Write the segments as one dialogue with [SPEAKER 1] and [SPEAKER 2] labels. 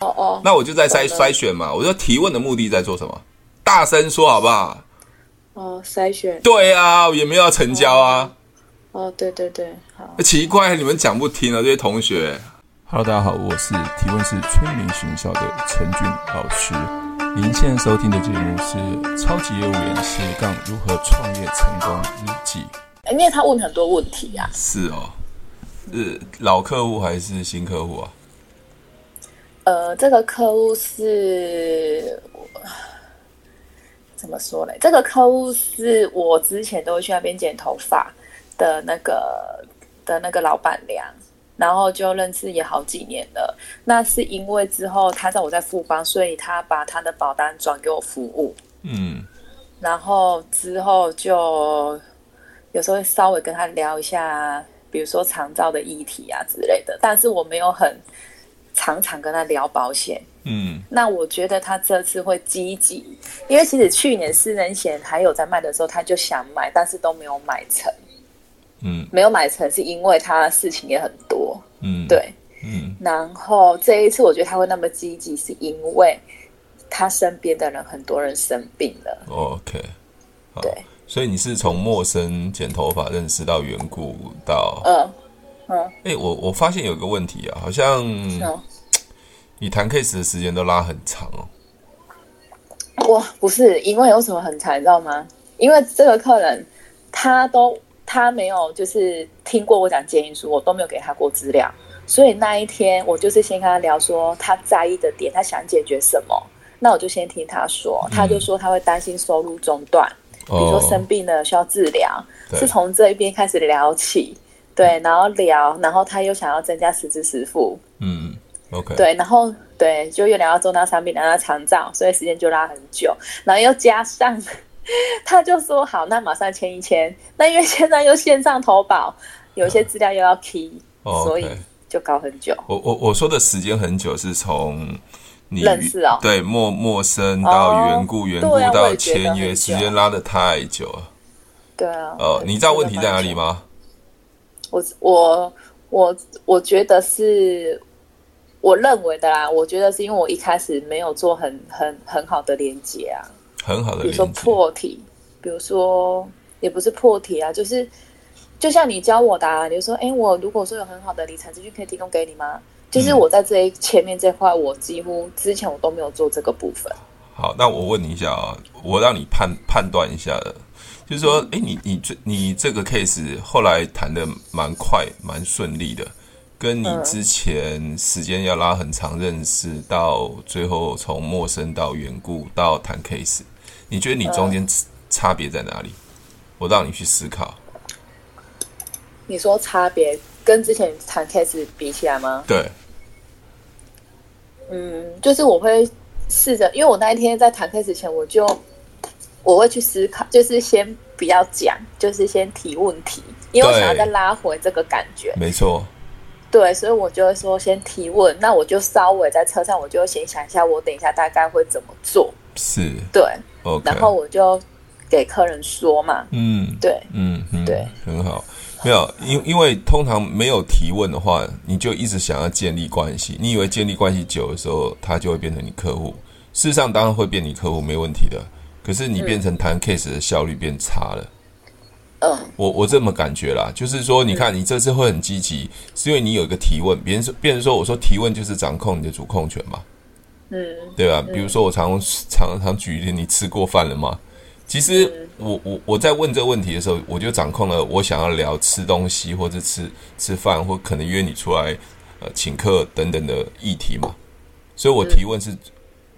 [SPEAKER 1] 哦哦，
[SPEAKER 2] 那我就在筛
[SPEAKER 1] 懂了
[SPEAKER 2] 筛选嘛。我说提问的目的在做什么？大声说好不好？
[SPEAKER 1] 哦，筛选，
[SPEAKER 2] 对啊，我也没有要成交啊。
[SPEAKER 1] 哦，对对对，好，
[SPEAKER 2] 奇怪，你们讲不听啊，这些同学。Hello，大家好，我是提问是催眠学校的陈俊老师。您现在收听的节目是《超级业务员斜杠如何创业成功日记》。
[SPEAKER 1] 哎因为他问很多问题啊，
[SPEAKER 2] 是哦，是老客户还是新客户啊？
[SPEAKER 1] 呃，这个客户是怎么说嘞？这个客户是我之前都会去那边剪头发的那个的那个老板娘，然后就认识也好几年了。那是因为之后他让我在富邦，所以他把他的保单转给我服务，
[SPEAKER 2] 嗯，
[SPEAKER 1] 然后之后就有时候会稍微跟他聊一下，比如说长照的议题啊之类的，但是我没有很常常跟他聊保险。
[SPEAKER 2] 嗯，
[SPEAKER 1] 那我觉得他这次会积极，因为其实去年私人险还有在卖的时候，他就想买，但是都没有买成。
[SPEAKER 2] 嗯，
[SPEAKER 1] 没有买成是因为他事情也很多，
[SPEAKER 2] 嗯，，
[SPEAKER 1] 对。
[SPEAKER 2] 嗯，
[SPEAKER 1] 然后这一次我觉得他会那么积极，是因为他身边的人很多人生病了，
[SPEAKER 2] 哦 OK，好
[SPEAKER 1] 对，
[SPEAKER 2] 所以你是从陌生剪头发认识到缘故到，
[SPEAKER 1] 嗯、
[SPEAKER 2] 哎、我我发现有个问题啊，好像
[SPEAKER 1] 嗯，
[SPEAKER 2] 你谈 case 的时间都拉很长哦。
[SPEAKER 1] 哇，不是，因为有什么很惨，你知道吗？因为这个客人他都他没有就是听过我讲建议书，我都没有给他过资料，所以那一天我就是先跟他聊说他在意的点，他想解决什么，那我就先听他说，他就说他会担心收入中断，
[SPEAKER 2] 比
[SPEAKER 1] 比如说生病了需要治疗，
[SPEAKER 2] 哦对
[SPEAKER 1] 是从这一边开始聊起，对，然后聊，然后他又想要增加实支实付，
[SPEAKER 2] 嗯，OK，，
[SPEAKER 1] 对，然后对，就又聊到重大伤病，聊到长照，所以时间就拉很久，然后又加上 他就说好，那马上签一签。那因为现在又线上投保，有些资料又要 key，、
[SPEAKER 2] 哦
[SPEAKER 1] 所
[SPEAKER 2] OK
[SPEAKER 1] 以就搞很久。
[SPEAKER 2] 我我我说的时间很久是从你
[SPEAKER 1] 认识哦
[SPEAKER 2] 对陌陌生到
[SPEAKER 1] 哦
[SPEAKER 2] 缘故，缘故
[SPEAKER 1] 对啊我
[SPEAKER 2] 到
[SPEAKER 1] 也觉得
[SPEAKER 2] 签
[SPEAKER 1] 很
[SPEAKER 2] 约，
[SPEAKER 1] 久
[SPEAKER 2] 时间拉的太久了。
[SPEAKER 1] 对啊。
[SPEAKER 2] 哦，你知道问题在哪里
[SPEAKER 1] 吗？
[SPEAKER 2] 吗？
[SPEAKER 1] 我我我我觉得是我认为的啦，我觉得是因为我一开始没有做很很很好的连接啊，
[SPEAKER 2] 很好的
[SPEAKER 1] 比如说
[SPEAKER 2] 连接，
[SPEAKER 1] 破题，比如说也不是破题啊，就是就像你教我的、啊，你就说，哎，我如果说有很好的理财资讯可以提供给你吗？就是
[SPEAKER 2] 嗯
[SPEAKER 1] 我在这一前面这块，我几乎之前我都没有做这个部分。
[SPEAKER 2] 好，那我问你一下啊，我让你判判断一下的，就是说，哎、你你这你这个 case 后来谈的蛮快，蛮顺利的，跟你
[SPEAKER 1] 嗯
[SPEAKER 2] 之前时间要拉很长，认识到最后从陌生到缘故到谈 case，你觉得你中
[SPEAKER 1] 嗯
[SPEAKER 2] 间差别在哪里？我让你去思考。
[SPEAKER 1] 你说差别跟之前谈 case 比起来吗？
[SPEAKER 2] 对，
[SPEAKER 1] 嗯，就是我会试着，因为我那一天在谈 case 前，我就我会去思考，就是先不要讲，就是先提问题，因为我
[SPEAKER 2] 对
[SPEAKER 1] 想要再拉回这个感觉。
[SPEAKER 2] 没错，
[SPEAKER 1] 对，所以我就会说先提问，那我就稍微在车上，我就会先想一下，我等一下大概会怎么做。
[SPEAKER 2] 是
[SPEAKER 1] 对，
[SPEAKER 2] OK。
[SPEAKER 1] 然后我就给客人说嘛。
[SPEAKER 2] 嗯，
[SPEAKER 1] 对，
[SPEAKER 2] 嗯，嗯
[SPEAKER 1] 对，
[SPEAKER 2] 很好。没有，因因为通常没有提问的话，你就一直想要建立关系。你以为建立关系久的时候，他就会变成你客户。事实上，当然会变你客户，没问题的。可是你变成谈 case 的效率变差了。
[SPEAKER 1] 嗯，
[SPEAKER 2] 我我这么感觉啦，就是说，你看你这次会很积极，是因为你有一个提问。别人说，别人说，我说提问就是掌控你的主控权嘛。
[SPEAKER 1] 嗯，
[SPEAKER 2] 对吧？比如说我常常常举例，你吃过饭了吗？其
[SPEAKER 1] 嗯
[SPEAKER 2] 实我我我在问这个问题的时候，我就掌控了我想要聊吃东西，或者吃吃饭，或可能约你出来，呃，请客等等的议题嘛。所以
[SPEAKER 1] 嗯
[SPEAKER 2] 我提问是、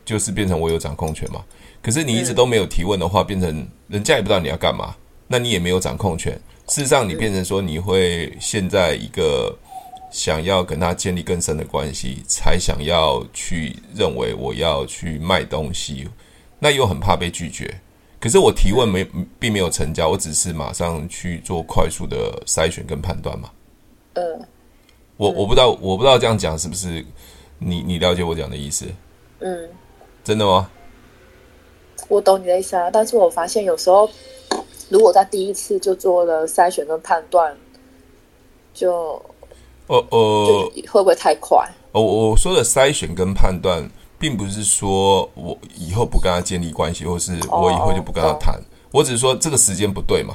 [SPEAKER 2] 就是变成我有掌控权嘛。可是你一
[SPEAKER 1] 嗯
[SPEAKER 2] 直都没有提问的话，变成人家也不知道你要干嘛，那你也没有掌控权。事实上，你变成说你会现在一个想要跟他建立更深的关系，才想要去认为我要去卖东西，那又很怕被拒绝。可是我提问没并没有成交，我只是马上去做快速的筛选跟判断嘛。
[SPEAKER 1] 嗯，
[SPEAKER 2] 我我不知道我不知道这样讲是不是你你了解我讲的意思？
[SPEAKER 1] 嗯，
[SPEAKER 2] 真的吗？
[SPEAKER 1] 我懂你的意思啊，但是我发现有时候如果在第一次就做了筛选跟判断，就
[SPEAKER 2] 哦哦。
[SPEAKER 1] 就会不会太快？
[SPEAKER 2] 哦，我我说的筛选跟判断，并不是说我以后不跟他建立关系，或是我以后就不跟他谈。我只是说这个时间不对嘛，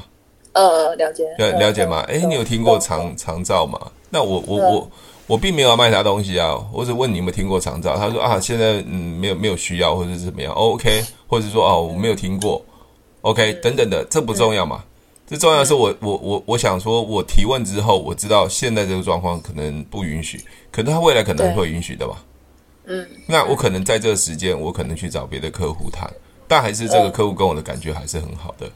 [SPEAKER 1] 呃，了解，
[SPEAKER 2] 了了解吗？
[SPEAKER 1] 嗯
[SPEAKER 2] 诶，你有听过长长照吗？那我我我我并没有要卖他东西啊，我只问你有没有听过长照。他说啊，现在嗯没有没有需要，或者是怎么样、哦、？OK，或者说哦我没有听过，OK 等等的，这不重要嘛。这重要的是我我我我想说，我提问之后，我知道现在这个状况可能不允许，可是他未来可能
[SPEAKER 1] 对
[SPEAKER 2] 会允许的吧？嗯，那我可能在这个时间，我可能去找别的客户谈，但还是这个客户跟我的感觉还是很好的。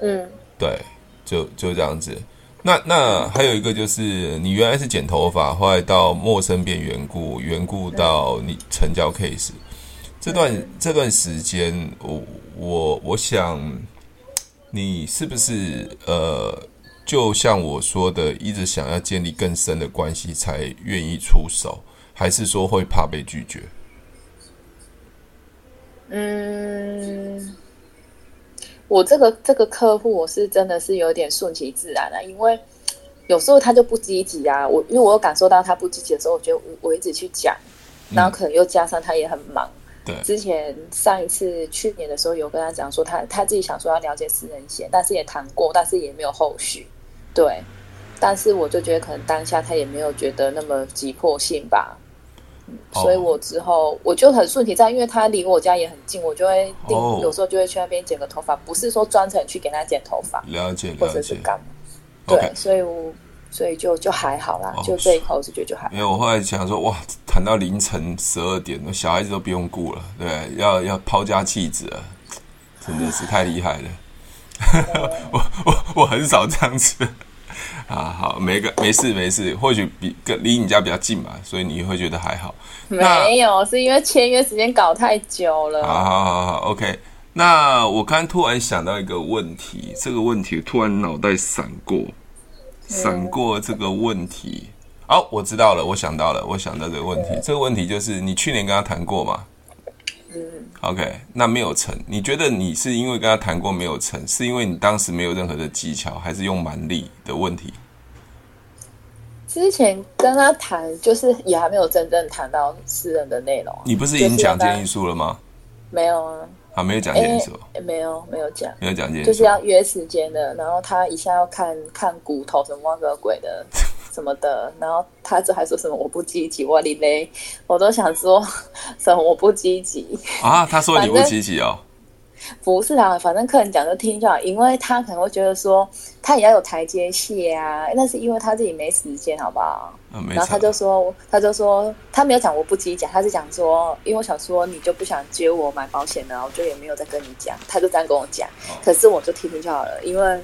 [SPEAKER 1] 嗯，
[SPEAKER 2] 对，就就这样子。那那还有一个就是，你原来是剪头发，后来到陌生变缘故，缘故到你成交 case，这段这段时间，我我我想，你是不是呃，就像我说的，一直想要建立更深的关系才愿意出手，还是说会怕被拒绝？
[SPEAKER 1] 嗯，我这个这个客户，我是真的是有点顺其自然啊，因为有时候他就不积极啊。我因为我有感受到他不积极的时候，我觉得我我一直去讲，然后可能又加上他也很忙。
[SPEAKER 2] 嗯对
[SPEAKER 1] 之前上一次去年的时候，有跟他讲说他他自己想说要了解私人险，但是也谈过，但是也没有后续。对，但是我就觉得可能当下他也没有觉得那么急迫性吧，
[SPEAKER 2] 哦
[SPEAKER 1] 所以我之后我就很顺其自然，因为他离我家也很近，我就会定、
[SPEAKER 2] 哦
[SPEAKER 1] 有时候就会去那边剪个头发，不是说专程去给他剪头发
[SPEAKER 2] 了解嗯
[SPEAKER 1] 或
[SPEAKER 2] 了
[SPEAKER 1] 者是
[SPEAKER 2] 解。
[SPEAKER 1] 干嘛。对
[SPEAKER 2] OK，
[SPEAKER 1] 所以我所以就就还好啦，
[SPEAKER 2] 哦
[SPEAKER 1] 就这一块我是觉得就还好
[SPEAKER 2] 因为我后来想说，哇，谈到凌晨十二点，小孩子都不用顾了，对，要要抛家弃子了， 真的是太厉害了。 我我我很少这样子啊，好，没个没事没事，或许比跟离你家比较近嘛，所以你会觉得还好。 那啊
[SPEAKER 1] 没有，是因为签约时间搞太久了。
[SPEAKER 2] 好好好好，OK。那我刚突然想到一个问题，这个问题突然脑袋闪过，
[SPEAKER 1] 嗯
[SPEAKER 2] 闪过这个问题。好、我知道了，我想到了，我想到这个问题。这个问题就是你去年跟他谈过吗？嗯。OK，那没有成，你觉得你是因为跟他谈过没有成，是因为你当时没有任何的技巧，还是用蛮力的问题？
[SPEAKER 1] 之前跟他谈，就是也还没有真正谈到私人的内容啊。
[SPEAKER 2] 你不是已经讲建
[SPEAKER 1] 议
[SPEAKER 2] 议书了吗？
[SPEAKER 1] 没有啊？
[SPEAKER 2] 啊，没有讲
[SPEAKER 1] 哎
[SPEAKER 2] 建议书，、
[SPEAKER 1] 没有没有讲，
[SPEAKER 2] 没有讲建议
[SPEAKER 1] 就
[SPEAKER 2] 书，
[SPEAKER 1] 是要约时间的。然后他一下要看看骨头什么忘个鬼 的什么的，然后他这还说什么我不积极，我哩嘞，我都想说 什么我不积极。
[SPEAKER 2] 啊。他说你不
[SPEAKER 1] 反正
[SPEAKER 2] 积极哦，
[SPEAKER 1] 不是啦，反正客人讲就听就好，因为他可能会觉得说他也要有台阶下啊，那是因为他自己没时间，好不好？
[SPEAKER 2] 啊，没
[SPEAKER 1] 然后他
[SPEAKER 2] 成。
[SPEAKER 1] 就说，他就说他没有讲我不积极，他是讲说，因为我想说你就不想接我买保险啊了，我就也没有再跟你讲，他就这样跟我讲。
[SPEAKER 2] 哦
[SPEAKER 1] 可是我就听听就好了，因为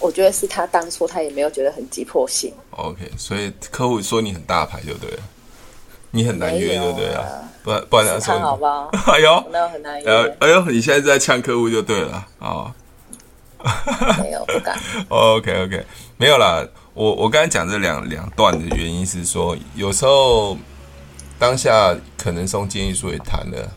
[SPEAKER 1] 我觉得是他当初他也没有觉得很急迫性，
[SPEAKER 2] OK，所以客户说你很大牌就对了，你很难约就对
[SPEAKER 1] 没有
[SPEAKER 2] 了
[SPEAKER 1] 啊，
[SPEAKER 2] 不然不然他
[SPEAKER 1] 是他好
[SPEAKER 2] 说
[SPEAKER 1] 不好？
[SPEAKER 2] 你， 哎呦，
[SPEAKER 1] 那很难
[SPEAKER 2] 哎呦
[SPEAKER 1] 约，
[SPEAKER 2] 哎呦，你现在是在呛客户就对了哦。啊
[SPEAKER 1] 没有不敢。
[SPEAKER 2] OK OK，没有啦，我我刚才讲这两两段的原因是说，有时候当下可能送建议书也谈了，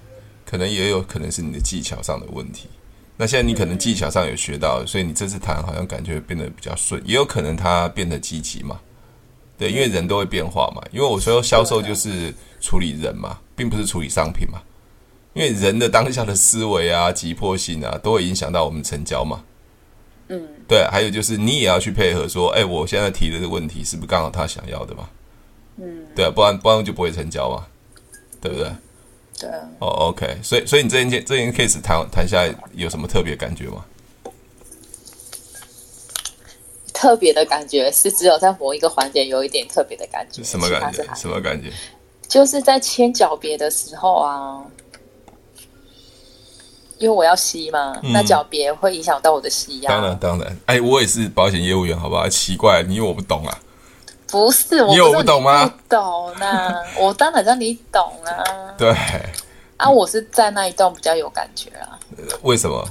[SPEAKER 2] 可能也有可能是你的技巧上的问题。那现在你可能技巧上有学到，所以你这次谈好像感觉变得比较顺，也有可能他变得积极嘛。对，因为人都会变化嘛。因为我说销售就是处理人嘛，并不是处理商品嘛。因为人的当下的思维啊、急迫性啊，都会影响到我们成交嘛。对，还有就是你也要去配合说，哎，我现在提的这个问题是不是刚好他想要的嘛？嗯，对，不然不然就不会成交嘛，对不对？
[SPEAKER 1] 对啊，
[SPEAKER 2] 哦，OK，所以所以你这件这件 case 谈谈下来有什么特别感觉吗？
[SPEAKER 1] 特别的感觉是只有在某一个环节有一点特别的感觉，
[SPEAKER 2] 什么
[SPEAKER 1] 其他
[SPEAKER 2] 感
[SPEAKER 1] 是啊
[SPEAKER 2] 觉
[SPEAKER 1] 还？
[SPEAKER 2] 什么感觉？
[SPEAKER 1] 就是在签脚别的时候啊，因为我要吸嘛，那脚别会影响到我的吸
[SPEAKER 2] 嗯
[SPEAKER 1] 呀、
[SPEAKER 2] 当然当然，哎，我也是保险业务员，好不好？奇怪，你以为我不懂啊？
[SPEAKER 1] 不是，我
[SPEAKER 2] 你
[SPEAKER 1] 不
[SPEAKER 2] 有
[SPEAKER 1] 知道
[SPEAKER 2] 不懂吗
[SPEAKER 1] 不懂啦，我当然知道你懂啦。
[SPEAKER 2] 对，
[SPEAKER 1] 啊，
[SPEAKER 2] 嗯
[SPEAKER 1] 我是在那一段比较有感觉啊啦，
[SPEAKER 2] 为什么？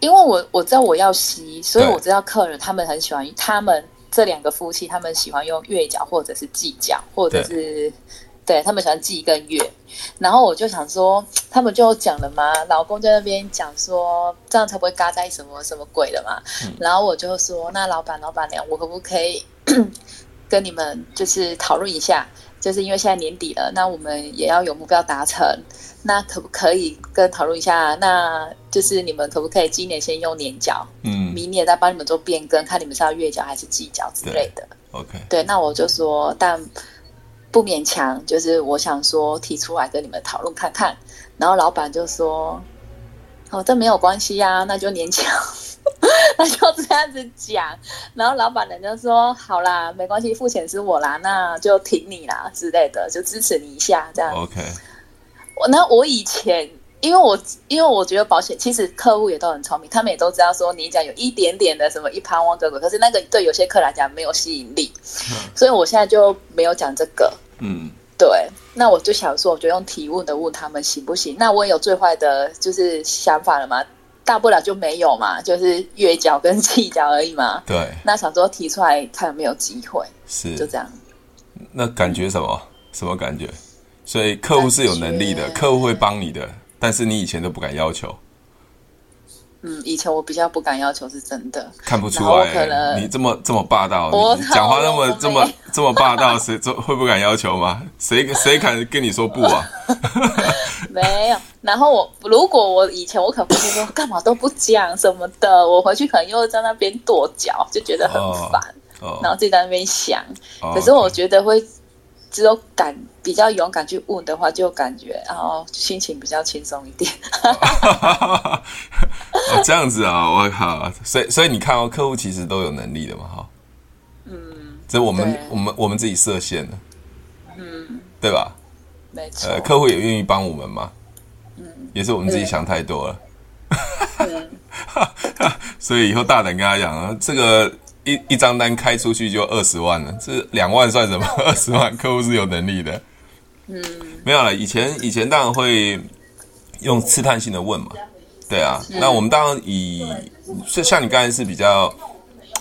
[SPEAKER 1] 因为我我知道我要吸，所以
[SPEAKER 2] 对
[SPEAKER 1] 我知道客人他们很喜欢，他们这两个夫妻他们喜欢用月缴或者是季缴，或者是对他们喜欢季跟月。然后我就想说，他们就讲了嘛，老公在那边讲说，这样才不会嘎在什么什么鬼的嘛。然后我就 说，那老板、老板娘，我可不可以跟你们就是讨论一下，就是因为现在年底了，那我们也要有目标达成。那可不可以跟讨论一下？那就是你们可不可以今年先用年缴，
[SPEAKER 2] 嗯
[SPEAKER 1] 明年再帮你们做变更，看你们是要月缴还是季缴之类的。
[SPEAKER 2] ，OK，
[SPEAKER 1] 对，那我就说，但不勉强，就是我想说提出来跟你们讨论看看。然后老板就说：“哦，这没有关系呀、那就年讲， 那就这样子讲。”然后老板娘就说：“好啦，没关系，付钱是我啦，那就挺你啦之类的，就支持你一下这样。
[SPEAKER 2] OK，
[SPEAKER 1] 我那我以前，因为我因为我觉得保险其实客户也都很聪明，他们也都知道说你讲有一点点的什么一盘汪哥哥，可是那个对有些客人来讲没有吸引力，所以我现在就没有讲这个。
[SPEAKER 2] 嗯
[SPEAKER 1] 对，那我就想说，我就用提问的问他们行不行？那我也有最坏的就是想法了嘛，大不了就没有嘛，就是月缴跟季缴而已嘛。
[SPEAKER 2] 对，
[SPEAKER 1] 那想说提出来看有没有机会，就是这，样。
[SPEAKER 2] 那感觉什么？什么感觉？所以客户是有能力的，
[SPEAKER 1] 感觉
[SPEAKER 2] 客户会帮你的，但是你以前都不敢要求，
[SPEAKER 1] 嗯，以前我比较不敢要求，是真的。
[SPEAKER 2] 看不出
[SPEAKER 1] 然后
[SPEAKER 2] 来、
[SPEAKER 1] 可能
[SPEAKER 2] 你这么这么霸道，
[SPEAKER 1] 我
[SPEAKER 2] 你讲话那
[SPEAKER 1] 我
[SPEAKER 2] 么
[SPEAKER 1] 没
[SPEAKER 2] 这么这么霸道，谁这会不敢要求吗？谁谁敢跟你说不 啊？
[SPEAKER 1] 没有。然后我如果我以前我可能会说干嘛都不讲什么的，我回去可能又在那边跺脚，就觉得很烦，然
[SPEAKER 2] 哦，
[SPEAKER 1] 后自己在那边想。
[SPEAKER 2] 哦
[SPEAKER 1] 可是我 觉得会只有敢比较勇敢去问的话，就感觉然后心情比较轻松一点。
[SPEAKER 2] 哦，这样子啊，我靠！所以所以你看哦，客户其实都有能力的嘛，哈。嗯，这我们
[SPEAKER 1] 对
[SPEAKER 2] 我们我们自己设限的，嗯，对吧？
[SPEAKER 1] 没错，
[SPEAKER 2] 呃，客户也愿意帮我们嘛，也是我们自己想太多了。 所以以后大胆跟他讲啊，这个一一张单开出去就二十万了，这两万算什么？ 二十万客户是有能力的。嗯，没有了。以前以前当然会用试探性的问嘛，对啊。那我们当然以就像你刚才是比较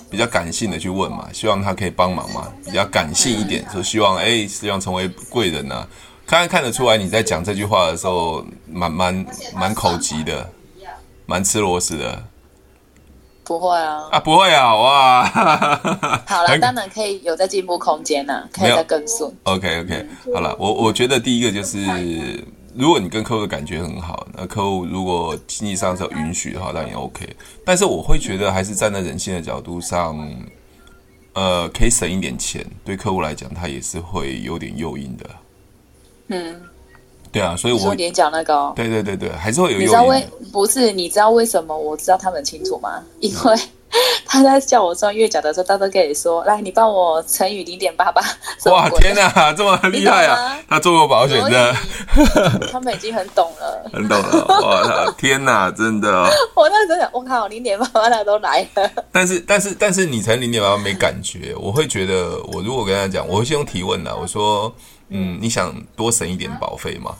[SPEAKER 2] 比较感性的去问嘛，希望他可以帮忙嘛，比较感性一点，说希望哎、希望成为贵人呐、啊。看看得出来你在讲这句话的时候，蛮蛮蛮口急的，蛮吃螺丝的。
[SPEAKER 1] 不会啊。
[SPEAKER 2] 啊，不会啊，哇，
[SPEAKER 1] 好了，
[SPEAKER 2] 很
[SPEAKER 1] 当然可以有在进步空间呐、可
[SPEAKER 2] 没
[SPEAKER 1] 以
[SPEAKER 2] 有
[SPEAKER 1] 再更顺。
[SPEAKER 2] OK OK，好了，我我觉得第一个就是，如果你跟客户的感觉很好，那客户如果经济上是有允许的话，当然也 OK。但是我会觉得还是站在人性的角度上，呃，可以省一点钱，对客户来讲，他也是会有点诱因的。
[SPEAKER 1] 嗯，
[SPEAKER 2] 对啊，所以
[SPEAKER 1] 说
[SPEAKER 2] 我
[SPEAKER 1] 你讲那个、哦，
[SPEAKER 2] 对对对对，还是会有
[SPEAKER 1] 你
[SPEAKER 2] 诱
[SPEAKER 1] 知道
[SPEAKER 2] 因
[SPEAKER 1] 为
[SPEAKER 2] 的。
[SPEAKER 1] 不是？你知道为什么我知道他们很清楚吗？ 因为他在叫我算月缴的时候，他都跟你说：“来，你帮我乘以零点八八。”
[SPEAKER 2] 哇，天！哪，这么厉害
[SPEAKER 1] 你懂
[SPEAKER 2] 啊
[SPEAKER 1] 吗！
[SPEAKER 2] 他做过保
[SPEAKER 1] 所
[SPEAKER 2] 险
[SPEAKER 1] 以
[SPEAKER 2] 的，
[SPEAKER 1] 他们已经很懂了。
[SPEAKER 2] 很懂了。哇，天哪，真的哦。
[SPEAKER 1] 我那时候想，我靠，零点八八那都来了。
[SPEAKER 2] 但是但是但是你才零点八没感觉，我会觉得我如果跟他讲，我会先用提问啊的，我说，嗯，你想多省一点保费吗？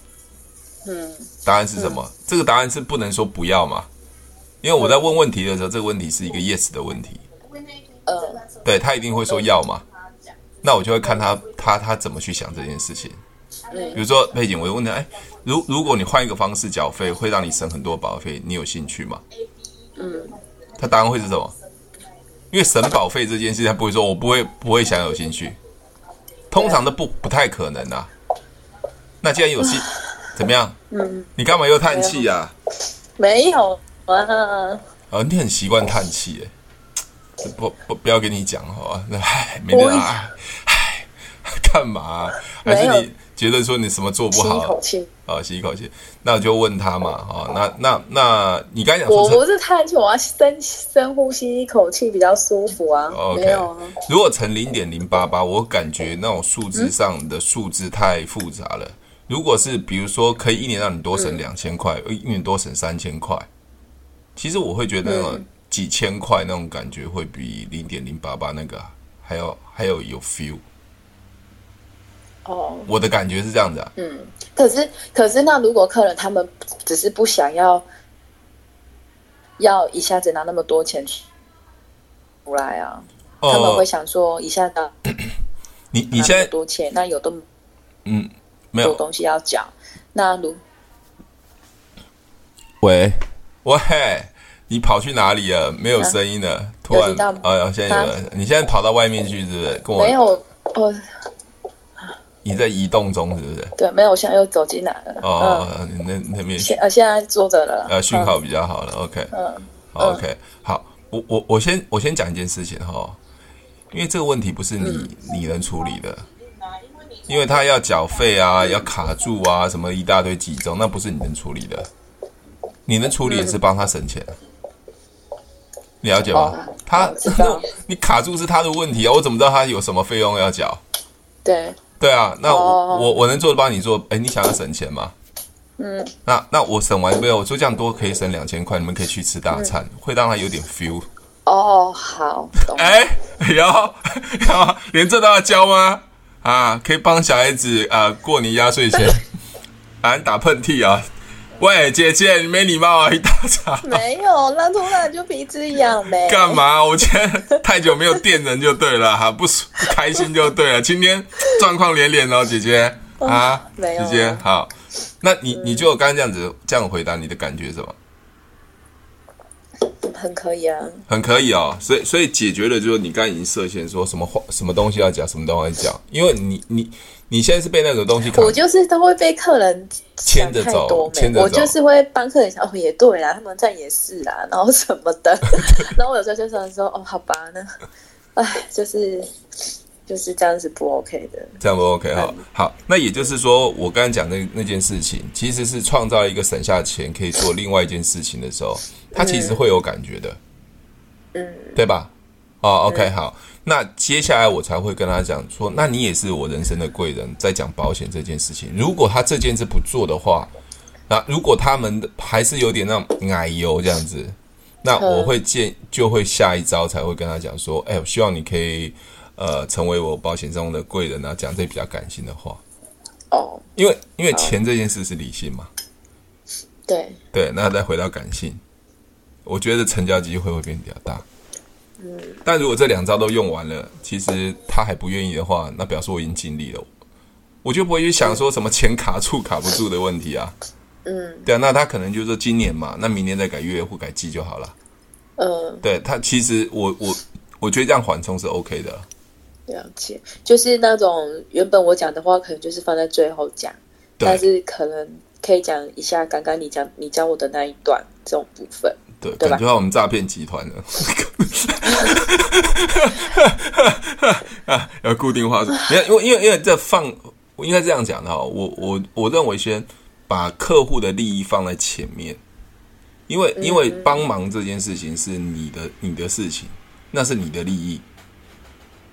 [SPEAKER 1] 嗯，
[SPEAKER 2] 答案是什么？这个答案是不能说不要嘛，因为我在问问题的时候，这个问题是一个 yes 的问题，
[SPEAKER 1] 呃，
[SPEAKER 2] 对他一定会说要嘛，那我就会看他他他怎么去想这件事情。
[SPEAKER 1] 嗯
[SPEAKER 2] 比如说佩锦，我就问他，哎，如如果你换一个方式缴费，会让你省很多保费，你有兴趣吗？
[SPEAKER 1] 嗯，
[SPEAKER 2] 他答案会是什么？因为省保费这件事，他不会说我不会不会想有兴趣，通常都不不太可能啊。那既然有兴，怎么样？
[SPEAKER 1] 嗯，
[SPEAKER 2] 你干嘛又叹气啊？
[SPEAKER 1] 没有啊，
[SPEAKER 2] 啊，你很习惯叹气哎、这不不不要跟你讲好吧？那唉，没
[SPEAKER 1] 我
[SPEAKER 2] 得
[SPEAKER 1] 也
[SPEAKER 2] 啊，唉，干嘛啊、还是
[SPEAKER 1] 没有
[SPEAKER 2] 你觉得说你什么做不
[SPEAKER 1] 吸一
[SPEAKER 2] 好
[SPEAKER 1] 口气。
[SPEAKER 2] 啊？吸一口气，那我就问他嘛，哦，那那那你刚才讲说
[SPEAKER 1] 我
[SPEAKER 2] 成
[SPEAKER 1] 不是叹气，我要深深呼吸一口气比较舒服啊。
[SPEAKER 2] 哦 OK，
[SPEAKER 1] 没有啊，
[SPEAKER 2] 如果乘零点零八八，我感觉那种数字上的数字太复杂了。如果是比如说可以一年让你多
[SPEAKER 1] 嗯
[SPEAKER 2] 省两千块，呃一年多省三千块，其实我会觉得那
[SPEAKER 1] 嗯
[SPEAKER 2] 种几千块那种感觉会比零点零八八那个啊还要还要有 feel。
[SPEAKER 1] 哦，
[SPEAKER 2] 我的感觉是这样子啊，
[SPEAKER 1] 嗯，可是可是那如果客人他们只是不想要，要一下子拿那么多钱出来啊，他们会
[SPEAKER 2] 哦，
[SPEAKER 1] 想说一下子拿
[SPEAKER 2] 你你
[SPEAKER 1] 那
[SPEAKER 2] 现
[SPEAKER 1] 么
[SPEAKER 2] 在
[SPEAKER 1] 多钱，那有这么
[SPEAKER 2] 没
[SPEAKER 1] 多
[SPEAKER 2] 有
[SPEAKER 1] 东西要讲，那如
[SPEAKER 2] 喂喂，你跑去哪里了？没有声音了，突
[SPEAKER 1] 嗯有
[SPEAKER 2] 然哦
[SPEAKER 1] 听到吗啊
[SPEAKER 2] 哦，现在有了，你现在跑到外面去是不是？跟我
[SPEAKER 1] 没有我
[SPEAKER 2] 你你在移动中是不是？
[SPEAKER 1] 对，没有，我现在又走进来了。嗯
[SPEAKER 2] 哦，你那那边
[SPEAKER 1] 现呃现在坐着了。
[SPEAKER 2] 呃讯号比较好了，OK，
[SPEAKER 1] 嗯，
[SPEAKER 2] 好 OK，好，我我我先我先讲一件事情哈，因为这个问题不是你
[SPEAKER 1] 嗯
[SPEAKER 2] 你能处理的，因为他要缴费啊，要卡住啊，什么一大堆集中，那不是你能处理的，你能处理的是帮他省钱。你了解吗？
[SPEAKER 1] 哦
[SPEAKER 2] 他
[SPEAKER 1] 我知
[SPEAKER 2] 那
[SPEAKER 1] 道
[SPEAKER 2] 你卡住是他的问题啊，我怎么知道他有什么费用要缴？
[SPEAKER 1] 对，
[SPEAKER 2] 对啊，那我、
[SPEAKER 1] 哦
[SPEAKER 2] 我我能做的帮你做。哎，你想要省钱吗？
[SPEAKER 1] 嗯，
[SPEAKER 2] 那那我省完没有？我就这样多可以省两千块，你们可以去吃大餐，
[SPEAKER 1] 嗯
[SPEAKER 2] 会让他有点 feel。
[SPEAKER 1] 哦，好，懂。
[SPEAKER 2] 哎，然后然后连这都要教吗？啊，可以帮小孩子啊、呃过年压岁钱，啊你打喷嚏啊！喂，姐姐，你没礼貌啊，一大早
[SPEAKER 1] 没有，那突然就鼻子痒呗。
[SPEAKER 2] 干嘛？我今天太久没有电人就对了啊哈，不舒不开心就对了。今天状况连连哦，姐姐啊，
[SPEAKER 1] 没有
[SPEAKER 2] 姐姐好。那你你就刚刚这样子这样回答，你的感觉是什么？
[SPEAKER 1] 很可以啊，
[SPEAKER 2] 很可以哦，所以所以解决了，就是你刚才已经设限，说什么话、什么东西要讲，什么东西要讲，因为你你你现在是被那种东西卡
[SPEAKER 1] 我就是都会被客人
[SPEAKER 2] 牵着
[SPEAKER 1] 想太
[SPEAKER 2] 走
[SPEAKER 1] 多没
[SPEAKER 2] 牵着
[SPEAKER 1] 我
[SPEAKER 2] 走
[SPEAKER 1] 就是会帮客人想，哦，也对啦，他们这样也是啦，然后什么 的，然后我有时候就想说，哦，好吧，那，哎，就是就是这样子不 OK 的，
[SPEAKER 2] 这样不 OK 哈？好，那也就是说，我刚才讲那那件事情，其实是创造一个省下钱可以做另外一件事情的时候，他其实会有感觉的，
[SPEAKER 1] 嗯，
[SPEAKER 2] 对吧？哦，OK，好，那接下来我才会跟他讲说，那你也是我人生的贵人，在讲保险这件事情。如果他这件事不做的话，那如果他们还是有点那种奶油这样子，那我会建就会下一招才会跟他讲说，哎、我希望你可以呃成为我保险中的贵人啊，讲这比较感性的话，
[SPEAKER 1] 哦，
[SPEAKER 2] 因为因为钱这件事是理性嘛，
[SPEAKER 1] 对，
[SPEAKER 2] 对，那再回到感性，我觉得成交机会会变比较大。嗯，但如果这两招都用完了，其实他还不愿意的话，那表示我已经尽力了，我就不会去想说什么钱卡住卡不住的问题啊。
[SPEAKER 1] 嗯
[SPEAKER 2] 对啊，那他可能就说今年嘛，那明年再改月或改季就好了。
[SPEAKER 1] 嗯，
[SPEAKER 2] 对他，其实我我我觉得这样缓冲是 OK 的。
[SPEAKER 1] 了解，就是那种原本我讲的话，可能就是放在最后讲，但
[SPEAKER 2] 对
[SPEAKER 1] 是可能可以讲一下刚刚你讲你教我的那一段这种部分。
[SPEAKER 2] 对，
[SPEAKER 1] 对吧
[SPEAKER 2] 感觉到我们诈骗集团了。 啊，要固定话术，没有，因为因为因为这放，我应该这样讲的哈。我我我认为先把客户的利益放在前面，因为因为帮忙这件事情是你的你的事情，那是你的利益。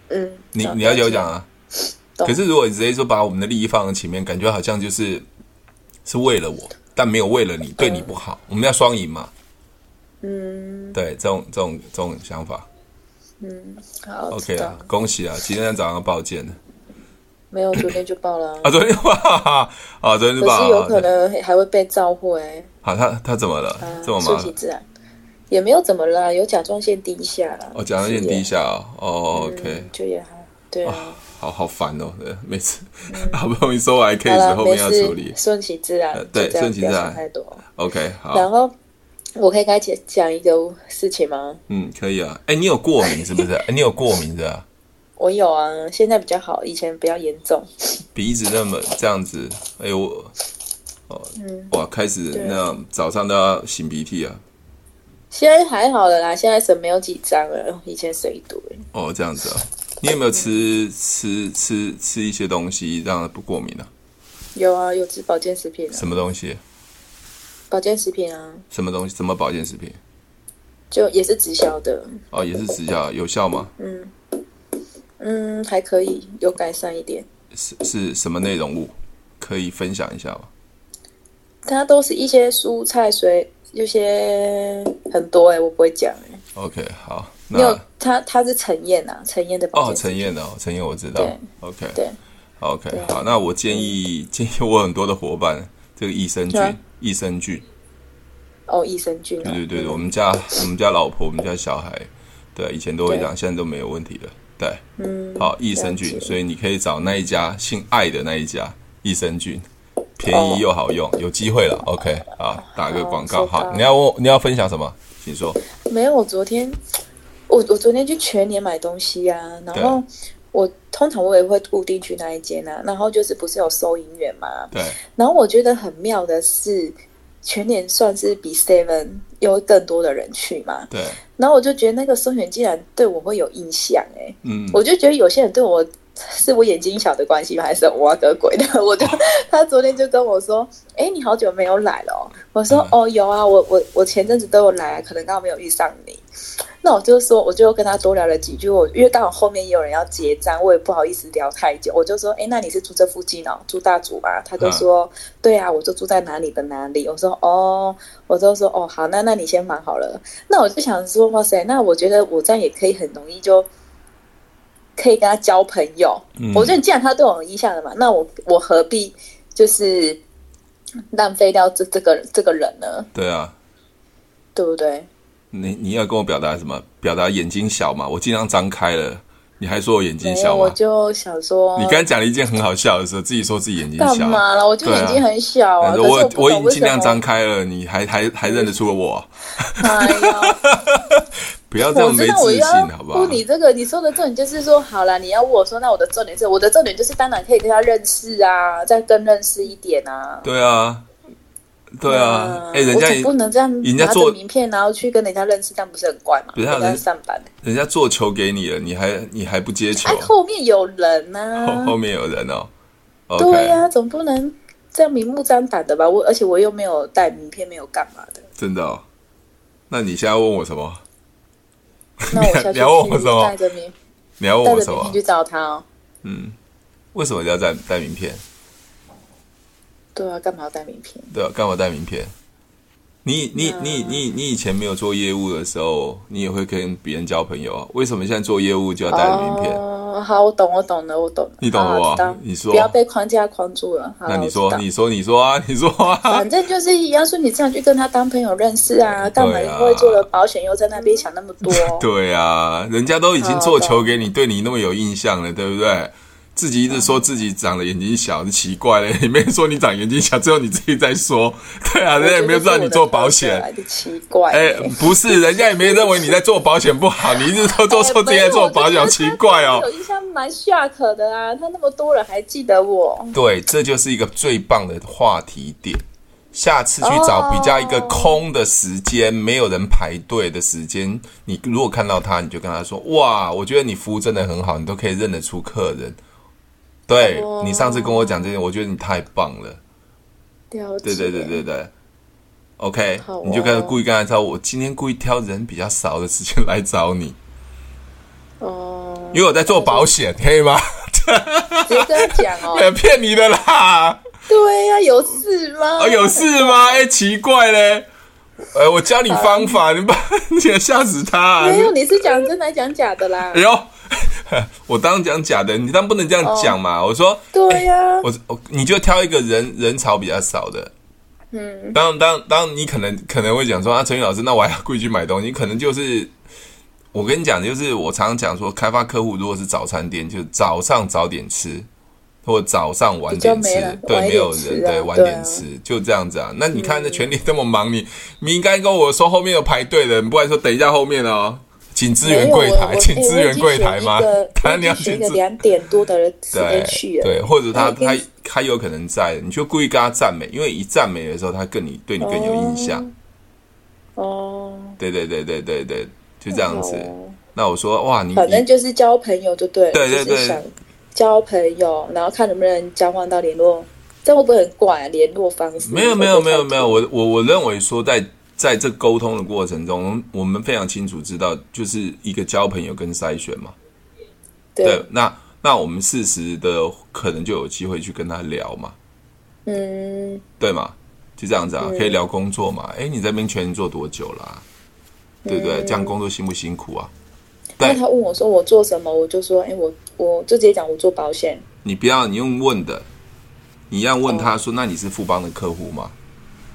[SPEAKER 1] 嗯，
[SPEAKER 2] 你
[SPEAKER 1] 好
[SPEAKER 2] 你了解我讲啊？
[SPEAKER 1] 懂
[SPEAKER 2] 可是如果你直接说把我们的利益放在前面，感觉好像就是是为了我，但没有为了你，对你不好。我们要双赢嘛？
[SPEAKER 1] 嗯
[SPEAKER 2] 对，这种这种这种想法
[SPEAKER 1] 嗯，好
[SPEAKER 2] ，OK
[SPEAKER 1] 知道
[SPEAKER 2] 啊，恭喜啊！今天早上报件的
[SPEAKER 1] 没有，昨天就报了啊、
[SPEAKER 2] 啊，昨天哇啊，昨天就
[SPEAKER 1] 可
[SPEAKER 2] 报
[SPEAKER 1] 是有
[SPEAKER 2] 啊
[SPEAKER 1] 可，能还会被召回、
[SPEAKER 2] 好，他他怎么了？
[SPEAKER 1] 啊，
[SPEAKER 2] 这么
[SPEAKER 1] 顺
[SPEAKER 2] 麻
[SPEAKER 1] 其
[SPEAKER 2] 烦？
[SPEAKER 1] 自然，也没有怎么啦，有甲状腺低下啦。
[SPEAKER 2] 哦，甲状腺低下哦哦
[SPEAKER 1] 是也
[SPEAKER 2] ，OK，
[SPEAKER 1] 嗯就也还对啊，
[SPEAKER 2] 好好烦哦，对，每次 好不容易收完
[SPEAKER 1] 嗯好
[SPEAKER 2] case
[SPEAKER 1] 啦，
[SPEAKER 2] 后
[SPEAKER 1] 没
[SPEAKER 2] 面要处理
[SPEAKER 1] 事，顺其自然
[SPEAKER 2] 呃，对
[SPEAKER 1] 就这样
[SPEAKER 2] 顺其自然
[SPEAKER 1] 不要想太多。
[SPEAKER 2] ，OK，好
[SPEAKER 1] 然，后我可以跟他讲讲一个事情吗？
[SPEAKER 2] 嗯，可以啊。哎，你有过敏是不是？哎，你有过敏的啊？
[SPEAKER 1] 我有啊，现在比较好，以前比较严重。
[SPEAKER 2] 鼻子那么这样子，哎呦，我哦，哇，开始
[SPEAKER 1] 嗯对
[SPEAKER 2] 那样早上都要擤鼻涕啊，
[SPEAKER 1] 现在还好了啦，现在省没有几张了，以前省一堆。
[SPEAKER 2] 哦，这样子啊，你有没有吃吃吃吃一些东西让它不过敏啊？
[SPEAKER 1] 有啊，有吃保健食品啊，
[SPEAKER 2] 什么东西？
[SPEAKER 1] 保健食品啊，
[SPEAKER 2] 什么东西？什么保健食品？
[SPEAKER 1] 就也是直销的，
[SPEAKER 2] 哦，也是直销，有效吗？
[SPEAKER 1] 嗯，还可以，有改善一点。
[SPEAKER 2] 是是什么内容物？可以分享一下吗？
[SPEAKER 1] 它都是一些蔬菜水，有些很多哎、我不会讲哎、
[SPEAKER 2] OK，好，
[SPEAKER 1] 你有
[SPEAKER 2] 那
[SPEAKER 1] 它它是陈燕啊，陈燕的保
[SPEAKER 2] 哦，
[SPEAKER 1] 健食
[SPEAKER 2] 陈
[SPEAKER 1] 品
[SPEAKER 2] 燕的哦，陈燕我知道
[SPEAKER 1] 对
[SPEAKER 2] ，OK，
[SPEAKER 1] 对，
[SPEAKER 2] OK，
[SPEAKER 1] 对啊
[SPEAKER 2] 好，那我建议建议我很多的伙伴，这个益生
[SPEAKER 1] 对啊
[SPEAKER 2] 菌，益生菌，
[SPEAKER 1] 哦，益生菌、啊，
[SPEAKER 2] 对对对，
[SPEAKER 1] 嗯
[SPEAKER 2] 我们家我们家老婆，我们家小孩，对，以前都会讲，现在都没有问题了。对，
[SPEAKER 1] 嗯，
[SPEAKER 2] 好，益生
[SPEAKER 1] 了
[SPEAKER 2] 菌，
[SPEAKER 1] 解
[SPEAKER 2] 所以你可以找那一家姓爱的那一家益生菌，便宜又好用，有机会了。OK，啊，打个广告。
[SPEAKER 1] 哦知道
[SPEAKER 2] 好，你要问我你要分享什么？请说。
[SPEAKER 1] 没有，我昨天我我昨天去全年买东西啊，然后。我通常我也会固定去那一间啊，然后就是不是有收银员嘛，
[SPEAKER 2] 对，
[SPEAKER 1] 然后我觉得很妙的是，全年算是比 Seven 有更多的人去嘛，
[SPEAKER 2] 对，
[SPEAKER 1] 然后我就觉得那个松原竟然对我会有印象哎、
[SPEAKER 2] 嗯，
[SPEAKER 1] 我就觉得有些人对我是我眼睛小的关系吗？还是我个鬼 的？我就他昨天就跟我说：“哎、你好久没有来了哦、我说：“
[SPEAKER 2] 嗯
[SPEAKER 1] 哦，有啊，我我我前阵子都有来啊，可能刚好没有遇上你。” 那我就说，我就跟他多聊了几句。我因为刚好后面也有人要结账，我也不好意思聊太久。我就说：“哎、那你是住这附近哦，住大竹吗？”
[SPEAKER 2] 嗯
[SPEAKER 1] 他就说：“对啊，我就住在哪里的哪里。”我说：“哦。”我就说：“哦，好，那那你先忙好了。”那我就想说：“哇塞，那我觉得我这样也可以很容易就可以跟他交朋友。
[SPEAKER 2] 嗯
[SPEAKER 1] 我觉得既然他对我有印象了嘛，那我我何必就是浪费掉这这个这个人呢？
[SPEAKER 2] 对啊，
[SPEAKER 1] 对不对？
[SPEAKER 2] 你你要跟我表达什么？表达眼睛小嘛？我尽量张开了，你还说我眼睛
[SPEAKER 1] 没
[SPEAKER 2] 小
[SPEAKER 1] 有，我
[SPEAKER 2] 吗？
[SPEAKER 1] 就想说
[SPEAKER 2] 你，刚才讲了一件很好笑的事，自己说自己眼睛
[SPEAKER 1] 干
[SPEAKER 2] 小，
[SPEAKER 1] 嘛了？我就
[SPEAKER 2] 对啊
[SPEAKER 1] 眼睛很小啊，
[SPEAKER 2] 反
[SPEAKER 1] 可
[SPEAKER 2] 正
[SPEAKER 1] 是
[SPEAKER 2] 我
[SPEAKER 1] 不
[SPEAKER 2] 我已
[SPEAKER 1] 懂
[SPEAKER 2] 经
[SPEAKER 1] 为
[SPEAKER 2] 尽量
[SPEAKER 1] 什
[SPEAKER 2] 张
[SPEAKER 1] 么。
[SPEAKER 2] 开了，你还还还认得出我？
[SPEAKER 1] 哎呀，
[SPEAKER 2] 不要这
[SPEAKER 1] 我
[SPEAKER 2] 样没
[SPEAKER 1] 知道我
[SPEAKER 2] 自
[SPEAKER 1] 要
[SPEAKER 2] 信，好不好
[SPEAKER 1] 问？你这个，你说的重点就是说，好啦，你要问我说，那我的重点是，我的重点就是，当然可以跟他认识啊，再更认识一点啊。
[SPEAKER 2] 对啊，对啊，
[SPEAKER 1] 嗯
[SPEAKER 2] 哎，人家
[SPEAKER 1] 我总不能这样
[SPEAKER 2] 人家
[SPEAKER 1] 拿
[SPEAKER 2] 做
[SPEAKER 1] 着名片，然后去跟人家认识，这样不是很怪吗？
[SPEAKER 2] 不是啊
[SPEAKER 1] 人家
[SPEAKER 2] 人
[SPEAKER 1] 是上班，
[SPEAKER 2] 人家做球给你了，你还你还不接球
[SPEAKER 1] 哎，，后面有人呐、
[SPEAKER 2] 后后面有人哦。
[SPEAKER 1] 啊对
[SPEAKER 2] OK，
[SPEAKER 1] 呀、总不能这样明目张胆的吧？我而且我又没有带名片，没有干嘛的。
[SPEAKER 2] 真的哦。那你现在问我什么？
[SPEAKER 1] 那我下
[SPEAKER 2] 你要问
[SPEAKER 1] 去
[SPEAKER 2] 我什么
[SPEAKER 1] 带着名
[SPEAKER 2] 你要问
[SPEAKER 1] 带
[SPEAKER 2] 我
[SPEAKER 1] 着
[SPEAKER 2] 什
[SPEAKER 1] 名片
[SPEAKER 2] 么？
[SPEAKER 1] 去找他哦。
[SPEAKER 2] 为什么要带带名片？
[SPEAKER 1] 对啊，干嘛要带名片？
[SPEAKER 2] 对啊，干嘛带名片？你你
[SPEAKER 1] 嗯
[SPEAKER 2] 你你你以前没有做业务的时候，你也会跟别人交朋友啊？为什么现在做业务就要带着名片？
[SPEAKER 1] 哦，好，我懂，我懂了，我懂了。
[SPEAKER 2] 你懂了
[SPEAKER 1] 好
[SPEAKER 2] 吧
[SPEAKER 1] 知道
[SPEAKER 2] 你说
[SPEAKER 1] 不要被框架框住了。好
[SPEAKER 2] 那你说
[SPEAKER 1] 我，知道
[SPEAKER 2] 你说，你说啊，你说啊，
[SPEAKER 1] 反正就是一样，说你这样去跟他当朋友认识啊，干嘛
[SPEAKER 2] 对
[SPEAKER 1] 因
[SPEAKER 2] 啊
[SPEAKER 1] 为做了保险又在那边想那么多？
[SPEAKER 2] 对啊，人家都已经
[SPEAKER 1] 好
[SPEAKER 2] 做
[SPEAKER 1] 的
[SPEAKER 2] 球给你，对你那么有印象了，对不对？自己一直说自己长得眼睛小，是奇怪嘞，也没人说你长眼睛小，只有你自己在说。对啊，人家也没有知道你做保险，
[SPEAKER 1] 我觉得是我的特色啊，奇怪、
[SPEAKER 2] 哎、不是，人家也没认为你在做保险不好，你一直
[SPEAKER 1] 哎
[SPEAKER 2] 都都说自己在做保险，好奇怪哦
[SPEAKER 1] 我。有印象蛮 shock 的啊，他那么多人还记得我。
[SPEAKER 2] 对，这就是一个最棒的话题点。下次去找比较一个空的时间没有人排队的时间，你如果看到他，你就跟他说：“哇，我觉得你服务真的很好，你都可以认得出客人。对”
[SPEAKER 1] 哦
[SPEAKER 2] 你上次跟我讲这些，我觉得你太棒了。
[SPEAKER 1] 了解。
[SPEAKER 2] 对对对对对。OK，、
[SPEAKER 1] 好哦
[SPEAKER 2] 你就跟他故意跟他说：“我今天故意挑人比较少的时间来找你，
[SPEAKER 1] 哦，
[SPEAKER 2] 因为我在做保险，可以吗？
[SPEAKER 1] 直接跟他讲 哦。
[SPEAKER 2] 骗你的啦！
[SPEAKER 1] 对呀、有事吗？
[SPEAKER 2] 啊，有事吗？哎、奇怪嘞！呃，我教你方法，你把你吓死他、啊！
[SPEAKER 1] 没有，你是讲真的还是讲假的啦
[SPEAKER 2] 哎？呦， 我当然讲假的，你当然不能这样讲嘛。
[SPEAKER 1] 哦
[SPEAKER 2] 我说，
[SPEAKER 1] 对呀、
[SPEAKER 2] 我我你就挑一个人人潮比较少的。嗯，当当当，你可能可能会讲说啊，陈宇老师，那我还要故意去买东西，可能就是我跟你讲，就是我常常讲说，开发客户如果是早餐店，就早上早点吃，或早上晚点
[SPEAKER 1] 比
[SPEAKER 2] 吃
[SPEAKER 1] 较没人，
[SPEAKER 2] 对，
[SPEAKER 1] 晚一
[SPEAKER 2] 没
[SPEAKER 1] 点
[SPEAKER 2] 有
[SPEAKER 1] 吃
[SPEAKER 2] 人，
[SPEAKER 1] 啊嗯
[SPEAKER 2] 对，晚
[SPEAKER 1] 对
[SPEAKER 2] 点
[SPEAKER 1] 啊
[SPEAKER 2] 吃，就这样子啊。那你看那全力这么忙，你你应该跟我说后面有排队的，你不然说等一下后面哦，请支援柜
[SPEAKER 1] 没有我
[SPEAKER 2] 台，
[SPEAKER 1] 我
[SPEAKER 2] 请
[SPEAKER 1] 哎
[SPEAKER 2] 支
[SPEAKER 1] 我已
[SPEAKER 2] 援
[SPEAKER 1] 经
[SPEAKER 2] 柜
[SPEAKER 1] 选
[SPEAKER 2] 台
[SPEAKER 1] 一
[SPEAKER 2] 吗
[SPEAKER 1] 个？
[SPEAKER 2] 当
[SPEAKER 1] 我
[SPEAKER 2] 然
[SPEAKER 1] 已
[SPEAKER 2] 你要
[SPEAKER 1] 经选
[SPEAKER 2] 去
[SPEAKER 1] 一个
[SPEAKER 2] 支
[SPEAKER 1] 两点多的时间去了。
[SPEAKER 2] 对，或者他
[SPEAKER 1] 那跟
[SPEAKER 2] 他他有可能在，你就故意跟他赞美，因为一赞美的时候，他更你对你更有印象。
[SPEAKER 1] 哦，
[SPEAKER 2] 对对对对对对，就这样子。
[SPEAKER 1] 哦
[SPEAKER 2] 那我说哇，你
[SPEAKER 1] 反正
[SPEAKER 2] 你
[SPEAKER 1] 就是交朋友就对了，
[SPEAKER 2] 对对
[SPEAKER 1] 就
[SPEAKER 2] 对
[SPEAKER 1] 是想交朋友，然后看能不能交换到联络，这样会不会很怪、啊？联络方式
[SPEAKER 2] 没有没有没有没
[SPEAKER 1] 有，
[SPEAKER 2] 有，我我我认为说在在这沟通的过程中，我们非常清楚知道，就是一个交朋友跟筛选嘛。对
[SPEAKER 1] 对，，
[SPEAKER 2] 那那我们适时的可能就有机会去跟他聊嘛。
[SPEAKER 1] 嗯，
[SPEAKER 2] 对嘛？就这样子啊，可以聊工作嘛？哎、你在冰泉做多久啦、对不对？这样工作辛不辛苦啊？
[SPEAKER 1] 因为
[SPEAKER 2] 对
[SPEAKER 1] 他问我说我做什么，我就说，哎、我我就直接讲我做保险，
[SPEAKER 2] 你不要你用问的，你要问他说，那你是富邦的客户吗？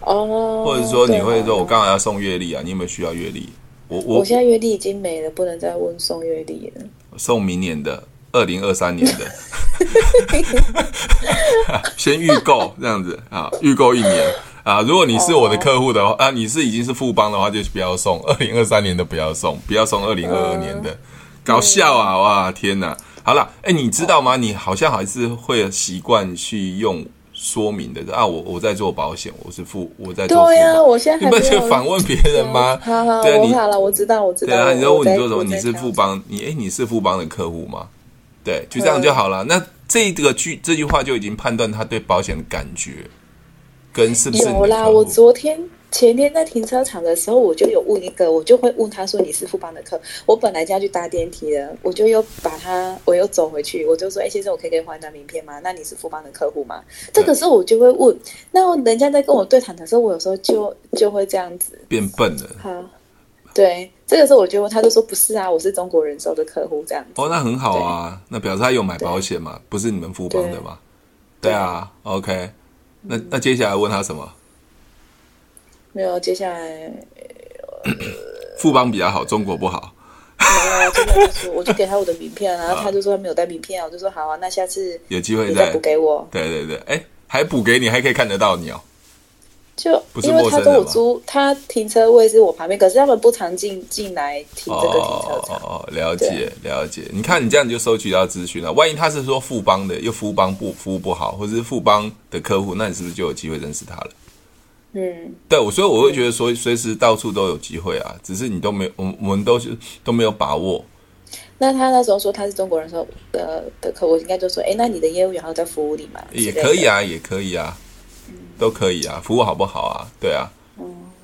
[SPEAKER 1] 哦，
[SPEAKER 2] 或者说你会
[SPEAKER 1] 对
[SPEAKER 2] 说，
[SPEAKER 1] 啊
[SPEAKER 2] 我刚好要送月历啊，你有没有需要月历？我我
[SPEAKER 1] 我现在阅历已经没了，不能再问送阅历了。
[SPEAKER 2] 送明年的，二零二三年的， 先预购这样子啊，预购一年啊。如果你是我的客户的
[SPEAKER 1] 哦
[SPEAKER 2] 话，啊，你是已经是富邦的话，就不要
[SPEAKER 1] 嗯
[SPEAKER 2] 送二零二三年的，不要送，不要送二零二二年的，搞笑啊！哇，天哪！好了，哎，你知
[SPEAKER 1] 哦
[SPEAKER 2] 道吗？你好像还是会习惯去用说明的啊，我我在做保险，我是付我在做付保。
[SPEAKER 1] 对呀，我现在
[SPEAKER 2] 你
[SPEAKER 1] 还
[SPEAKER 2] 不
[SPEAKER 1] 没
[SPEAKER 2] 是去
[SPEAKER 1] 有
[SPEAKER 2] 反问别人吗？
[SPEAKER 1] 好好，
[SPEAKER 2] 对啊，
[SPEAKER 1] 我
[SPEAKER 2] 你
[SPEAKER 1] 好了，我知道，我知
[SPEAKER 2] 对
[SPEAKER 1] 道。
[SPEAKER 2] 啊，你要
[SPEAKER 1] 我
[SPEAKER 2] 问
[SPEAKER 1] 在
[SPEAKER 2] 你做什么？你是富？邦，你哎，你是富邦的客户吗？对，就这样就好了。那这个句这句话就已经判断他对保险的感觉，跟是不
[SPEAKER 1] 我
[SPEAKER 2] 是
[SPEAKER 1] 在
[SPEAKER 2] 你的
[SPEAKER 1] 有啦，
[SPEAKER 2] 客户
[SPEAKER 1] 我昨天前天在停车场的时候，我就有问一个，我就会问他说你是富邦的客。我本来就要去搭电梯的，我就又把他，我又走回去，我就说，哎、先生，我可以给你换一张名片吗？那你是富邦的客户吗？
[SPEAKER 2] 嗯
[SPEAKER 1] 这个时候我就会问，那人家在跟我对谈的时候，我有时候就就会这样子。
[SPEAKER 2] 变笨了。
[SPEAKER 1] 好，对，这个时候我就问，他就说不是啊，我是中国人寿的客户这样子。
[SPEAKER 2] 哦，那很好啊，那表示他有买保险嘛，不是你们富邦的嘛？对啊，OK。那那接下来问他什么？
[SPEAKER 1] 没有，接下来
[SPEAKER 2] 富邦比较好，中国不好。
[SPEAKER 1] 没有，真的就说，我就给他我的名片啊，然后他就说他没有带名片啊，我就说好啊，那下次
[SPEAKER 2] 有机会
[SPEAKER 1] 你再
[SPEAKER 2] 再
[SPEAKER 1] 补给我。
[SPEAKER 2] 对对对，哎，还补给你，还可以看得到你哦。
[SPEAKER 1] 就
[SPEAKER 2] 不是
[SPEAKER 1] 因为
[SPEAKER 2] 陌生
[SPEAKER 1] 他
[SPEAKER 2] 人啊
[SPEAKER 1] 跟我
[SPEAKER 2] 吗
[SPEAKER 1] 租，他停车位是我旁边，可是他们不常进进来停这个停车场。
[SPEAKER 2] 哦，了解了解。你看你这样你就收集到资讯了。万一他是说富邦的，又富邦不服务不好，或者是富邦的客户，那你是不是就有机会认识他了？
[SPEAKER 1] 嗯，
[SPEAKER 2] 对，我所以我会觉得说，随时到处都有机会啊，只是你都没有，我们我们都是都没有把握。
[SPEAKER 1] 那他那时候说他是中国人的时候的的客户，我应该就说，哎，那你的业务员还有在服务你吗？
[SPEAKER 2] 也
[SPEAKER 1] 之类的
[SPEAKER 2] 可以。啊，也可以啊，都可以啊，服务好不好啊？对啊，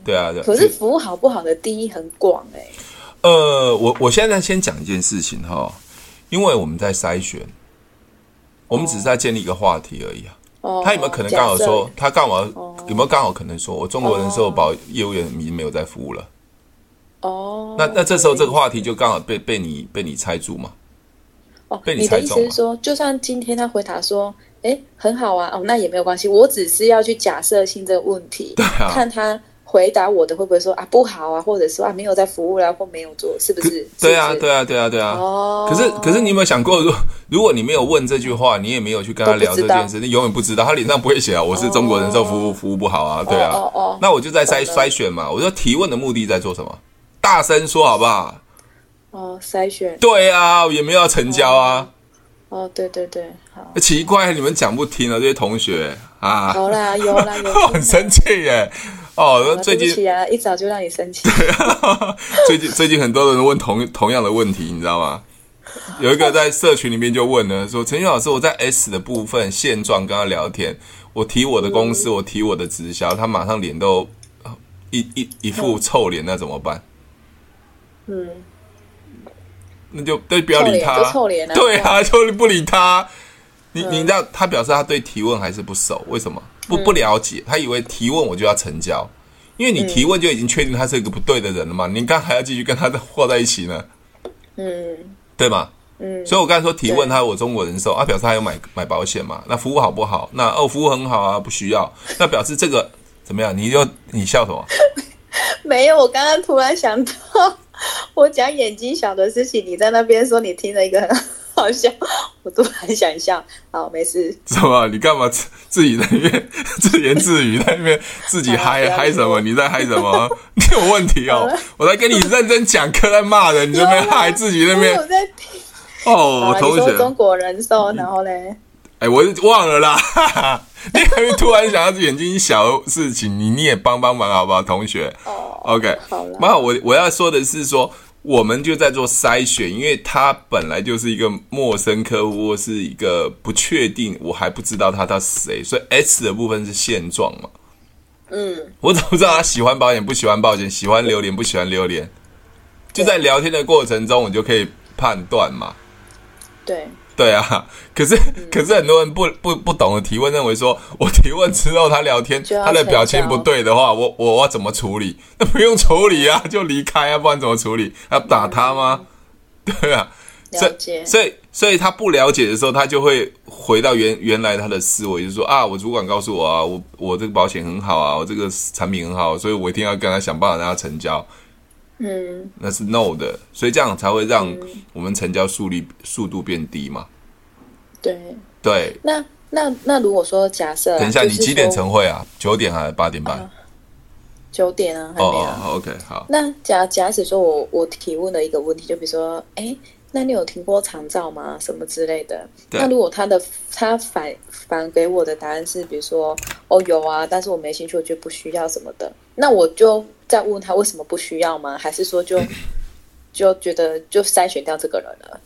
[SPEAKER 2] 对啊，对啊
[SPEAKER 1] 哦可是服务好不好的定义很广哎、
[SPEAKER 2] 呃，我我现在先讲一件事情哈，因为我们在筛选，我们只是在建立一个话题而已啊。
[SPEAKER 1] 哦，
[SPEAKER 2] 他有没有可能刚好说
[SPEAKER 1] 假设？，哦
[SPEAKER 2] 他刚好有没有刚好可能说，我中国人寿保业务员已经没有在服务了？
[SPEAKER 1] 哦，
[SPEAKER 2] 那那这时候这个话题就刚好被被你被你猜住嘛？
[SPEAKER 1] 哦，
[SPEAKER 2] 被你
[SPEAKER 1] 的
[SPEAKER 2] 猜
[SPEAKER 1] 意思
[SPEAKER 2] 中
[SPEAKER 1] 是
[SPEAKER 2] 了
[SPEAKER 1] 说，就算今天他回答说，哎，很好啊，哦，那也没有关系，我只是要去假设性这个问题，
[SPEAKER 2] 啊
[SPEAKER 1] 看他回答我的会不会说啊不好啊，或者说啊没有在服务啦、或没有做，是不是？
[SPEAKER 2] 对啊，
[SPEAKER 1] 是不是
[SPEAKER 2] 对啊，对啊，对啊。
[SPEAKER 1] 哦，
[SPEAKER 2] 可是可是你有没有想过，如如果你没有问这句话，你也没有去跟他聊
[SPEAKER 1] 都不
[SPEAKER 2] 这
[SPEAKER 1] 知道
[SPEAKER 2] 件事，你永远不知道，他脸上不会写啊，我是中国人寿服务服务不好啊，对啊。
[SPEAKER 1] 哦哦
[SPEAKER 2] 那我就在筛
[SPEAKER 1] 懂了
[SPEAKER 2] 筛选嘛，我说提问的目的在做什么？大声说好不好？
[SPEAKER 1] 哦，筛选
[SPEAKER 2] 对啊，也没有要成交啊。
[SPEAKER 1] 哦，对对对， 好，
[SPEAKER 2] 奇怪，你们讲不听啊，这些同学啊。
[SPEAKER 1] 好啦，有啦 有
[SPEAKER 2] 我很生气耶！哦，
[SPEAKER 1] 啊
[SPEAKER 2] 最
[SPEAKER 1] 对
[SPEAKER 2] 近
[SPEAKER 1] 不起啊，一早就让你生气，
[SPEAKER 2] 最近最近很多人问同同样的问题，你知道吗？有一个在社群里面就问了，说陈俊老师，我在 S 的部分现状跟他聊天，我提我的公司，我提我的直销，他马上脸都呃一一一副臭脸，那怎么办？
[SPEAKER 1] 嗯，
[SPEAKER 2] 那就对，不要理他，
[SPEAKER 1] 臭脸就臭脸啊嗯
[SPEAKER 2] 对啊，就不理他。你你知道，他表示他对提问还是不熟，为什么？不不了解，他以为提问我就要成交，因为你提问就已经确定他是一个不对的人了嘛，你刚还要继续跟他和在一起呢，
[SPEAKER 1] 嗯
[SPEAKER 2] 对吗？
[SPEAKER 1] 嗯，
[SPEAKER 2] 所以我刚才说提问
[SPEAKER 1] 对
[SPEAKER 2] 他我中国人寿啊，表示他有买买保险嘛，那服务好不好？那哦，服务很好啊，不需要，那表示这个怎么样？你就你笑什么？
[SPEAKER 1] 没有，我刚刚突然想到，我讲眼睛小的事情，你在那边说你听了一个很好笑，我突然想笑。好，没事，
[SPEAKER 2] 什么？你干嘛自自己在那边 自言自语，在那边自 己
[SPEAKER 1] 好啦
[SPEAKER 2] 嗨
[SPEAKER 1] 不要
[SPEAKER 2] 嗨
[SPEAKER 1] 理
[SPEAKER 2] 什么？
[SPEAKER 1] 我
[SPEAKER 2] 你在嗨什么？ 你有问题哦！我在跟你认真讲课，在骂人，你这边嗨自己那
[SPEAKER 1] 因为我
[SPEAKER 2] 边
[SPEAKER 1] 在听。
[SPEAKER 2] 哦，
[SPEAKER 1] 啊好
[SPEAKER 2] 我嗯
[SPEAKER 1] 啦
[SPEAKER 2] 同
[SPEAKER 1] 你说
[SPEAKER 2] 学
[SPEAKER 1] 中，国人寿，然后嘞，
[SPEAKER 2] 哎，我忘了啦， 哈哈。你还会突然想到眼睛小的事情，你你也帮帮忙好不好，同学？
[SPEAKER 1] 哦，
[SPEAKER 2] OK，
[SPEAKER 1] 好啦
[SPEAKER 2] 蛮好。我我要说的是说，我们就在做筛选，因为他本来就是一个陌生客户，或是一个不确定，我还不知道他他是谁，所以 S 的部分是现状嘛。嗯，我怎么知道他喜欢保险不喜欢保险，喜欢榴莲不喜欢榴莲？就在聊天的过程中，我就可以判断嘛。
[SPEAKER 1] 对，
[SPEAKER 2] 对啊， 可是
[SPEAKER 1] 嗯
[SPEAKER 2] 可是很多人不不不懂得提问，认为说我提问之后他聊天
[SPEAKER 1] 就要
[SPEAKER 2] 他的表情
[SPEAKER 1] 成交
[SPEAKER 2] 不对的话，我我我要怎么处理？ 那不用处理啊，就离开啊，不然怎么处理？要打他吗？对啊，
[SPEAKER 1] 嗯了解，
[SPEAKER 2] 所以所以他不了解的时候，他就会回到原原来他的思维，就是说啊，我主管告诉我啊，我我这个保险很好啊，我这个产品很好，啊所以我一定要跟他想办法让他成交。
[SPEAKER 1] 嗯，
[SPEAKER 2] 那是 no 的，所以这样才会让我们成交速率速度变低嘛。
[SPEAKER 1] 对。
[SPEAKER 2] 对，
[SPEAKER 1] 那那那如果说假设啊，
[SPEAKER 2] 等一下，
[SPEAKER 1] 就
[SPEAKER 2] 你
[SPEAKER 1] 是
[SPEAKER 2] 几点
[SPEAKER 1] 说
[SPEAKER 2] 晨会啊？九点还是八点半？
[SPEAKER 1] 九点啊，还
[SPEAKER 2] 哦
[SPEAKER 1] 没
[SPEAKER 2] 哦
[SPEAKER 1] 啊。
[SPEAKER 2] 哦，OK，好，
[SPEAKER 1] 那假假使说我我提问了一个问题，就比如说，哎，那你有听过长照吗？什么之类的？
[SPEAKER 2] 对
[SPEAKER 1] 那如果他的他反反给我的答案是，比如说哦有啊，但是我没兴趣，我觉得不需要什么的，那我就再问他为什么不需要吗？还是说 就就觉得就筛选掉这个人了？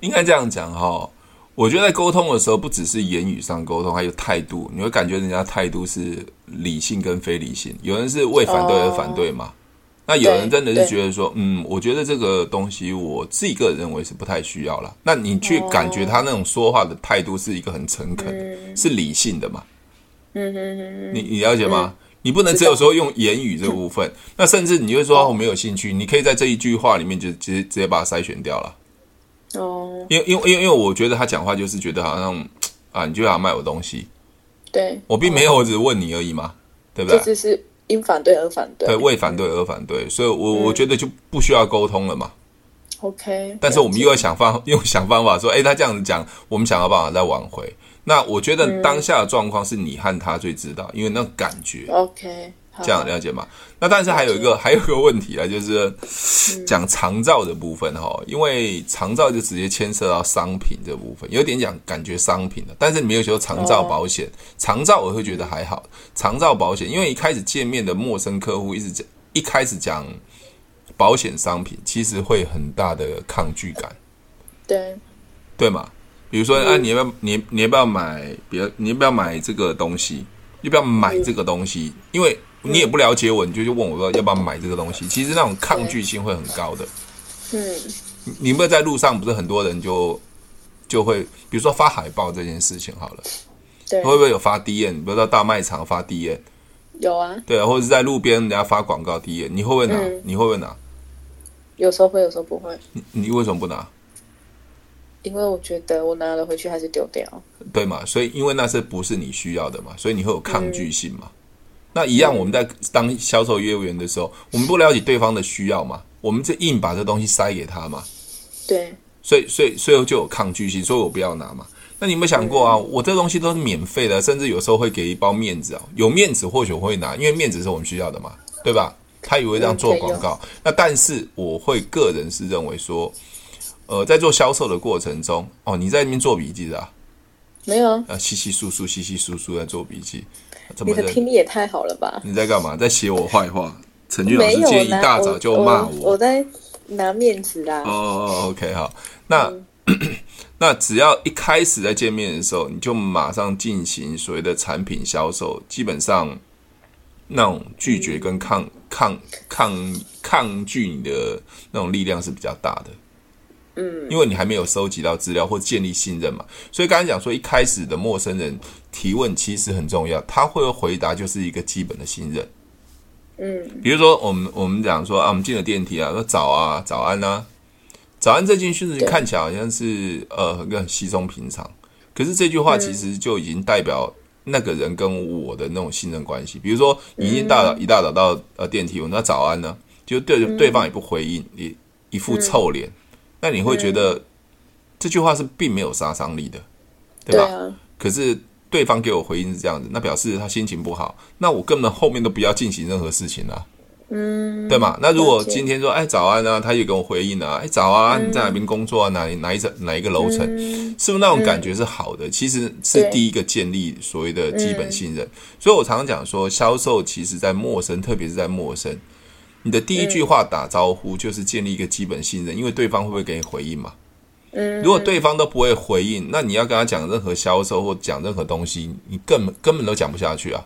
[SPEAKER 2] 应该这样讲哈、我觉得在沟通的时候，不只是言语上沟通，还有态度。你会感觉人家态度是理性跟非理性，有人是为反对而反对嘛？那有人真的是
[SPEAKER 1] 哦对
[SPEAKER 2] 觉得说，嗯，我觉得这个东西我自己个人认为是不太需要了。那你
[SPEAKER 1] 哦
[SPEAKER 2] 去感觉他那种说话的态度是一个很诚恳的，是理性的嘛？
[SPEAKER 1] 嗯哼哼嗯
[SPEAKER 2] 你你了解吗？你不能只有说用言语这部分，那甚至你会说、哦、我没有兴趣，你可以在这一句话里面就直接直接把它筛选掉了。
[SPEAKER 1] 哼，哦，
[SPEAKER 2] 因为因为因为因为我觉得他讲话就是觉得好像啊，你就想卖我东西，
[SPEAKER 1] 对，
[SPEAKER 2] 我并没有，我只是问你而已嘛，对不
[SPEAKER 1] 这
[SPEAKER 2] 对？
[SPEAKER 1] 就是因反对而反对。嗯
[SPEAKER 2] 对，为反对而反对，所以我我觉得就不需要沟通了嘛。
[SPEAKER 1] OK，
[SPEAKER 2] 但是我们又
[SPEAKER 1] 了
[SPEAKER 2] 要想方又想方法说，哎，他这样子讲，我们想要办法再挽回。那我觉
[SPEAKER 1] 嗯
[SPEAKER 2] 得当下的状况是你和他最知道，因为那种感觉
[SPEAKER 1] 解 OK，好
[SPEAKER 2] 这样了解吗？那但是还有一个还有一个问题啊，就是讲长照的部分哈，因为长照就直接牵涉到商品这部分，有点讲感觉商品的。但是你没有说长照保险，长照我会觉得还好。长照保险，因为一开始见面的陌生客户一直讲，一开始讲保险商品，其实会很大的抗拒感。
[SPEAKER 1] 对，
[SPEAKER 2] 对嘛？比如说，
[SPEAKER 1] 嗯
[SPEAKER 2] 啊，你要不要你你要不要买别你要不要买这个东西？要不要买
[SPEAKER 1] 嗯
[SPEAKER 2] 这个东西？因为你也不了解我，你就去问我说要不要买这个东西。其实那种抗拒性会很高的。
[SPEAKER 1] 嗯，
[SPEAKER 2] 你你有没有在路上不是很多人就就会，比如说发海报这件事情好了，
[SPEAKER 1] 对，
[SPEAKER 2] 会不会有发 D N？比如说大卖场发 D N，
[SPEAKER 1] 有啊，
[SPEAKER 2] 对啊，或者是在路边人家发广告 D N，你会不会拿
[SPEAKER 1] 嗯？
[SPEAKER 2] 你会不会拿？
[SPEAKER 1] 有时候会，有时候不会，
[SPEAKER 2] 你你为什么不拿？
[SPEAKER 1] 因为我觉得我拿了回去还是丢掉。
[SPEAKER 2] 对嘛？所以因为那是不是你需要的嘛，所以你会有抗拒性嘛。那一样，我们在当销售业务员的时候，我们不了解对方的需要嘛，我们就硬把这东西塞给他嘛，
[SPEAKER 1] 对，
[SPEAKER 2] 所以所以所以就有抗拒性，所以我不要拿嘛。那你有没有想过啊？我这东西都是免费的，甚至有时候会给一包面子啊，有面子或许我会拿，因为面子是我们需要的嘛，对吧？他以为这样做广告，那但是我会个人是认为说，呃，在做销售的过程中，哦，你在那边做笔记的、啊，
[SPEAKER 1] 没有啊，
[SPEAKER 2] 啊，稀稀疏疏、稀稀疏疏在做笔记，怎
[SPEAKER 1] 你
[SPEAKER 2] 么
[SPEAKER 1] 的
[SPEAKER 2] 的？
[SPEAKER 1] 听力也太好了吧？
[SPEAKER 2] 你在干嘛？在写我坏话？陈俊老
[SPEAKER 1] 没
[SPEAKER 2] 师
[SPEAKER 1] 有
[SPEAKER 2] 今天一
[SPEAKER 1] 啦
[SPEAKER 2] 大早就骂
[SPEAKER 1] 我我在拿面子啦。
[SPEAKER 2] 哦哦，OK，好，那、 那只要一开始在见面的时候，你就马上进行所谓的产品销售，基本上那种拒绝跟抗抗抗抗拒你的那种力量是比较大的。嗯，因为你还没有收集到资料或建立信任嘛，所以刚才讲说一开始的陌生人提问其实很重要，他会不会回答就是一个基本的信任。比如说我们我们讲说啊，我们进了电梯啊，说早啊，早安啊，早安这件事情看起来好像是呃很很稀松平常，可是这句话其实就已经代表那个人跟我的那种信任关系。比如说你一大早、一大早到呃电梯，我说早安呢、就对对方也不回应，一一副臭脸，那你会觉得这句话是并没有杀伤力的，对
[SPEAKER 1] 对
[SPEAKER 2] 吧？
[SPEAKER 1] 啊，
[SPEAKER 2] 可是对方给我回应是这样子，那表示他心情不好，那我根本后面都不要进行任何事情啦、嗯，对嘛？那如果
[SPEAKER 1] 了解嗯
[SPEAKER 2] 今天说，哎，早安啊，他也跟我回应啊，哎，早啊，你在哪边工作啊？哪里哪一层哪一个楼层？是不是那种感觉是好的？其实是
[SPEAKER 1] 对
[SPEAKER 2] 第一个建立所谓的基本信任。所以我常常讲说，销售其实在陌生，特别是在陌生，你的第一句话打招呼就是建立一个基本信任，因为对方会不会给你回应嘛？
[SPEAKER 1] 嗯
[SPEAKER 2] 如果对方都不会回应，那你要跟他讲任何销售或讲任何东西，你根本根本都讲不下去啊。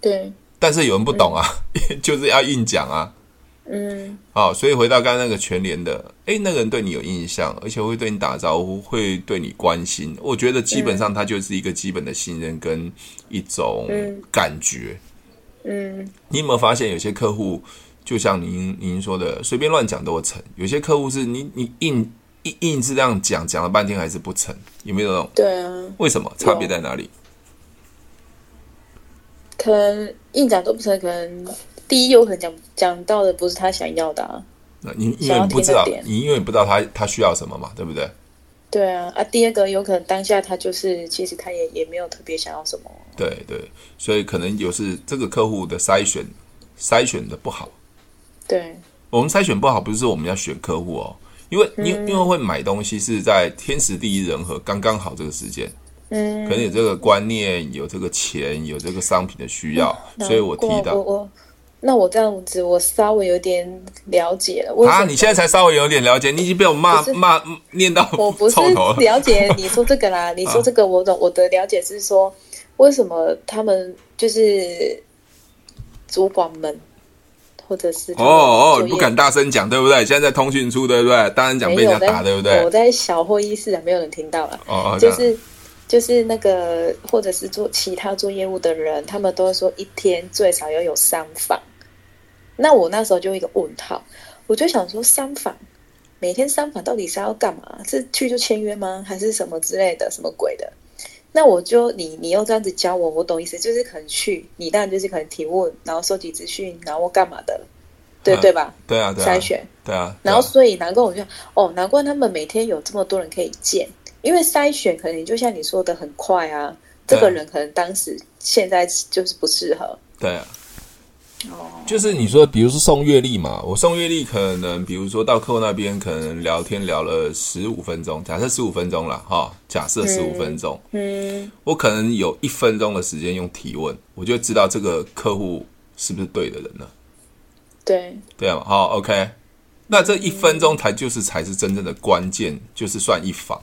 [SPEAKER 1] 对，
[SPEAKER 2] 但是有人不懂啊， 就是要硬讲啊。
[SPEAKER 1] 嗯，
[SPEAKER 2] 好，所以回到刚刚那个全联的，诶，那个人对你有印象，而且会对你打招呼，会对你关心。我觉得基本上他就是一个基本的信任跟一种感觉。
[SPEAKER 1] 嗯，
[SPEAKER 2] 你有没有发现有些客户，就像您您说的，随便乱讲都会成；有些客户是你你硬硬硬是这样讲，讲了半天还是不成，有没有那种？
[SPEAKER 1] 对啊，
[SPEAKER 2] 为什么？差别在哪里？
[SPEAKER 1] 嗯可能硬讲都不成，可能第一有可能讲讲到的不是他想要的啊。
[SPEAKER 2] 那你因
[SPEAKER 1] 想
[SPEAKER 2] 为
[SPEAKER 1] 要
[SPEAKER 2] 你不
[SPEAKER 1] 听
[SPEAKER 2] 知
[SPEAKER 1] 的
[SPEAKER 2] 道
[SPEAKER 1] 点，
[SPEAKER 2] 你因为你不知道他他需要什么嘛，对不对？
[SPEAKER 1] 对啊，啊，第二个有可能当下他就是，其实他也也没有特别想要什么。
[SPEAKER 2] 对对，所以可能有是这个客户的筛选筛选的不好。
[SPEAKER 1] 对，
[SPEAKER 2] 我们筛选不好，不是说我们要选客户哦，因为
[SPEAKER 1] 嗯
[SPEAKER 2] 因因为会买东西是在天时地利人和刚刚好这个时间，
[SPEAKER 1] 嗯，
[SPEAKER 2] 可能有这个观念，有这个钱，有这个商品的需要，
[SPEAKER 1] 难
[SPEAKER 2] 所以我提
[SPEAKER 1] 过嗯我
[SPEAKER 2] 到
[SPEAKER 1] 我那我这样子，我稍微有点了解了。为什
[SPEAKER 2] 啊，
[SPEAKER 1] 么
[SPEAKER 2] 你现在才稍微有点了解，你已经被我骂
[SPEAKER 1] 不是
[SPEAKER 2] 骂念到
[SPEAKER 1] 我不是
[SPEAKER 2] 臭头啊了。
[SPEAKER 1] 了解你说这个 啦，你说这个我懂。我的了解是说，为什么他们就是主管们，或者是他
[SPEAKER 2] 哦
[SPEAKER 1] 们
[SPEAKER 2] 哦，
[SPEAKER 1] 作
[SPEAKER 2] 你
[SPEAKER 1] 业
[SPEAKER 2] 不敢大声讲，对不对？现在在通讯处，对不对？大声讲
[SPEAKER 1] 没
[SPEAKER 2] 被
[SPEAKER 1] 有
[SPEAKER 2] 人家打，
[SPEAKER 1] 在
[SPEAKER 2] 对不对
[SPEAKER 1] 我？在小会议室啊，没有人听到了。
[SPEAKER 2] 哦哦，这
[SPEAKER 1] 就
[SPEAKER 2] 样
[SPEAKER 1] 是就是那个，或者是做其他做业务的人，他们都会说一天最少要有三访。那我那时候就有一个问号，我就想说三访，每天三访到底是要干嘛？是去就签约吗？还是什么之类的，什么鬼的？那我就你你又这样子教我，我懂意思，就是可能去，你当然就是可能提问，然后收集资讯，然后干嘛的，对、
[SPEAKER 2] 嗯
[SPEAKER 1] 对吧？
[SPEAKER 2] 对啊，对啊，
[SPEAKER 1] 筛选。
[SPEAKER 2] 对啊，
[SPEAKER 1] 然后
[SPEAKER 2] 对啊
[SPEAKER 1] 所以难怪我就哦，难怪他们每天有这么多人可以见，因为筛选可能就像你说的很快啊，这个
[SPEAKER 2] 对
[SPEAKER 1] 人可能当时现在就是不适合。
[SPEAKER 2] 对啊，
[SPEAKER 1] 哦，
[SPEAKER 2] 就是你说，比如说送阅历嘛，我送阅历可能，比如说到客户那边，可能聊天聊了十五分钟，假设十五分钟啦，哈，假设十五分钟，
[SPEAKER 1] 嗯
[SPEAKER 2] 我可能有一分钟的时间用提问，我就知道这个客户是不是对的人了，
[SPEAKER 1] 对，
[SPEAKER 2] 对啊嘛，好，OK，那这一分钟才就是才是真正的关键，就是算一访。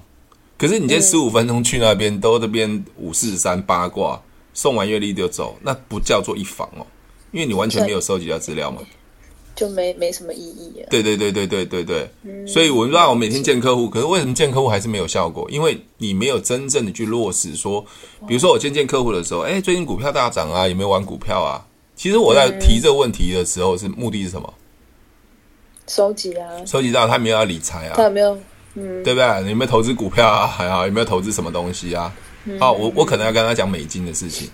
[SPEAKER 2] 可是你今天十五分钟去那边，都这边五四三八卦，送完阅历就走，那不叫做一访哦，因为你完全没有收集到资料嘛。
[SPEAKER 1] 就没没什么意义了。
[SPEAKER 2] 对对对对对对对，所以我知道我每天见客户，可是为什么见客户还是没有效果？因为你没有真正的去落实说，比如说我今天见客户的时候，哎，最近股票大涨啊，有没有玩股票啊？其实我在提这个问题的时候，是目的是什么？
[SPEAKER 1] 收集啊，
[SPEAKER 2] 收集到他没有要理财
[SPEAKER 1] 他
[SPEAKER 2] 啊，
[SPEAKER 1] 有没有？
[SPEAKER 2] 对不对？你有没有投资股票啊？还好有没有投资什么东西啊？啊，我我可能要跟他讲美金的事情，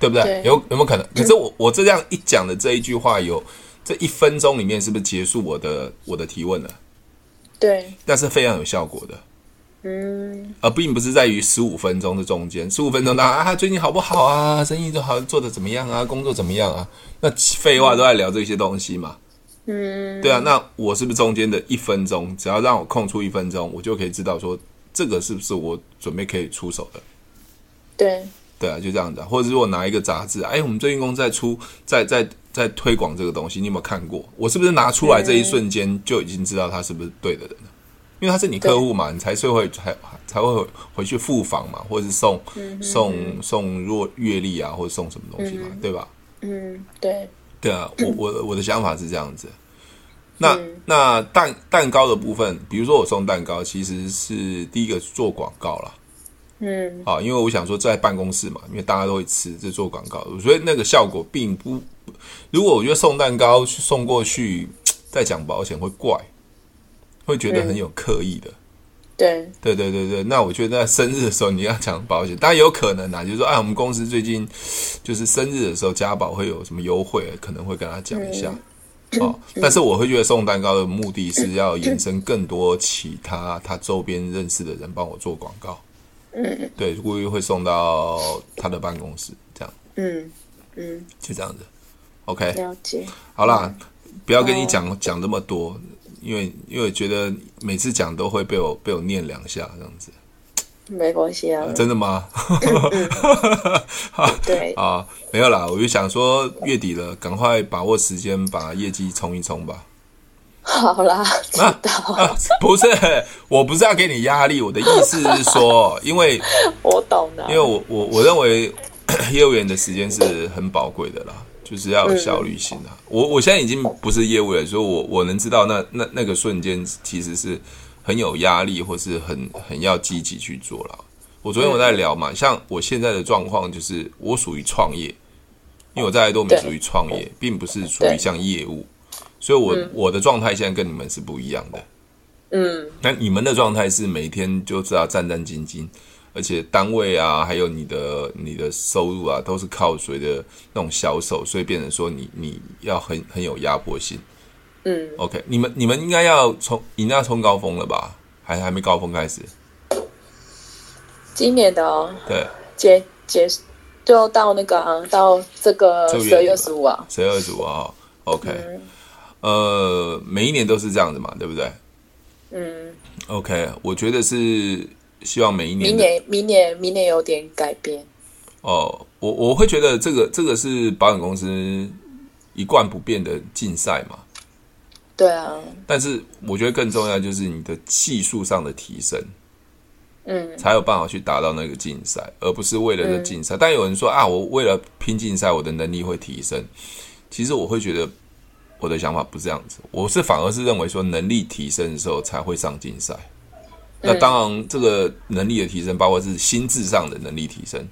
[SPEAKER 2] 对不对
[SPEAKER 1] 对？
[SPEAKER 2] 有有没有可能？可是我我这样一讲的这一句话，有这一分钟里面是不是结束我的我的提问了？
[SPEAKER 1] 对，
[SPEAKER 2] 那是非常有效果的。
[SPEAKER 1] 嗯，
[SPEAKER 2] 而呃并不是在于十五分钟的中间，十五分钟大家啊最近好不好啊，生意都好做的怎么样啊，工作怎么样啊？那废话都在聊这些东西嘛。嗯，对啊，那我是不是中间的一分钟，只要让我空出一分钟，我就可以知道说这个是不是我准备可以出手的？
[SPEAKER 1] 对，
[SPEAKER 2] 对啊，就这样子、啊。或者是我拿一个杂志，哎，我们最近公司在出，在在在推广这个东西，你有没有看过？我是不是拿出来这一瞬间就已经知道他是不是对的人了？因为他是你客户嘛，你才是会才才会回去复访嘛，或者是送送送若阅历啊，或者送什么东西嘛，对吧？
[SPEAKER 1] 嗯，对，
[SPEAKER 2] 对啊，我我我的想法是这样子。那、那蛋蛋糕的部分，比如说我送蛋糕，其实是第一个是做广告啦。
[SPEAKER 1] 嗯，
[SPEAKER 2] 啊，因为我想说在办公室嘛，因为大家都会吃，这做广告，所以那个效果并不。如果我觉得送蛋糕去送过去，再讲保险会怪，会觉得很有刻意的。
[SPEAKER 1] 对，
[SPEAKER 2] 对对对对，那我觉得在生日的时候你要讲保险，当然有可能啊，就是说，哎，我们公司最近就是生日的时候家保会有什么优惠，可能会跟他讲一下。
[SPEAKER 1] 嗯
[SPEAKER 2] 哦，但是我会觉得送蛋糕的目的是要延伸更多其他他周边认识的人帮我做广告。
[SPEAKER 1] 嗯
[SPEAKER 2] 对，故意会送到他的办公室，这样
[SPEAKER 1] 嗯嗯，
[SPEAKER 2] 就这样子。OK，
[SPEAKER 1] 了解。
[SPEAKER 2] 好啦，不要跟你讲、讲这么多，因为因为我觉得每次讲都会被我被我念两下这样子。
[SPEAKER 1] 没关系啊，
[SPEAKER 2] 真的吗？
[SPEAKER 1] 对，
[SPEAKER 2] 啊，没有啦，我就想说月底了，赶快把握时间把业绩冲一冲吧。
[SPEAKER 1] 好啦，知
[SPEAKER 2] 啊
[SPEAKER 1] 道，
[SPEAKER 2] 啊， 不是，我不是要给你压力，我的意思是说，因为
[SPEAKER 1] 我懂的啊
[SPEAKER 2] 因。为我我我认为 业务员的时间是很宝贵的啦，就是要有效率性
[SPEAKER 1] 嗯
[SPEAKER 2] 啊。我我现在已经不是业务员，所以我我能知道那那那个瞬间其实是很有压力，或是很很要积极去做啦。我昨天我在聊
[SPEAKER 1] 嗯
[SPEAKER 2] 嘛，像我现在的状况就是我属于创业，因为我在爱多美
[SPEAKER 1] 对
[SPEAKER 2] 属于创业，并不是属于
[SPEAKER 1] 对
[SPEAKER 2] 像业务，所以我我的状态现在跟你们是不一样的。
[SPEAKER 1] 嗯，
[SPEAKER 2] 那你们的状态是每天就是要战战兢兢，而且单位啊，还有你的你的收入啊，都是靠随着那种销售，所以变成说你你要很很有压迫性。
[SPEAKER 1] 嗯
[SPEAKER 2] ，OK，你们你们应该要冲，应该要冲高峰了吧？还还没高峰开始，
[SPEAKER 1] 今年的哦，
[SPEAKER 2] 对，
[SPEAKER 1] 结结束就到那个、啊、到这个
[SPEAKER 2] 这个月
[SPEAKER 1] 十二月十五啊，
[SPEAKER 2] 十二组啊，OK，、呃，每一年都是这样子嘛，对不对？
[SPEAKER 1] 嗯，
[SPEAKER 2] OK，我觉得是希望每一年
[SPEAKER 1] 明
[SPEAKER 2] 的
[SPEAKER 1] 年明年明年有点改变，
[SPEAKER 2] 哦，我我会觉得这个这个是保险公司一贯不变的竞赛嘛。
[SPEAKER 1] 对啊，
[SPEAKER 2] 但是我觉得更重要就是你的技术上的提升，
[SPEAKER 1] 嗯
[SPEAKER 2] 才有办法去达到那个竞赛，而不是为了那竞赛。但有人说啊，我为了拼竞赛，我的能力会提升。其实我会觉得我的想法不是这样子，我是反而是认为说能力提升的时候才会上竞赛。那当然，这个能力的提升，包括是心智上的能力提升、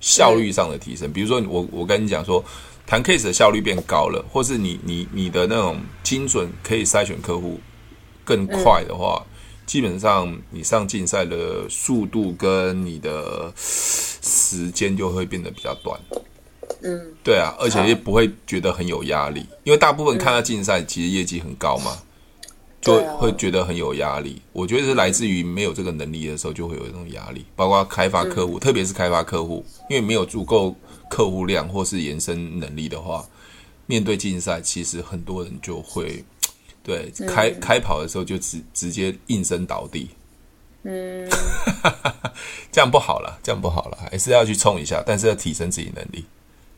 [SPEAKER 2] 效率上的提升。比如说我，我跟你讲说，谈 case 的效率变高了，或是你你你的那种精准可以筛选客户更快的话，基本上你上竞赛的速度跟你的时间就会变得比较短。
[SPEAKER 1] 嗯，
[SPEAKER 2] 对啊，而且也不会觉得很有压力，因为大部分看到竞赛其实业绩很高嘛，就
[SPEAKER 1] 对啊
[SPEAKER 2] 会觉得很有压力。我觉得是来自于没有这个能力的时候就会有这种压力，包括开发客
[SPEAKER 1] 嗯
[SPEAKER 2] 户，特别是开发客户，因为没有足够客户量或是延伸能力的话，面对竞赛，其实很多人就会对开开跑的时候就直直接应声倒地。
[SPEAKER 1] 嗯，
[SPEAKER 2] 这样不好了，这样不好了，还是要去冲一下，但是要提升自己能力。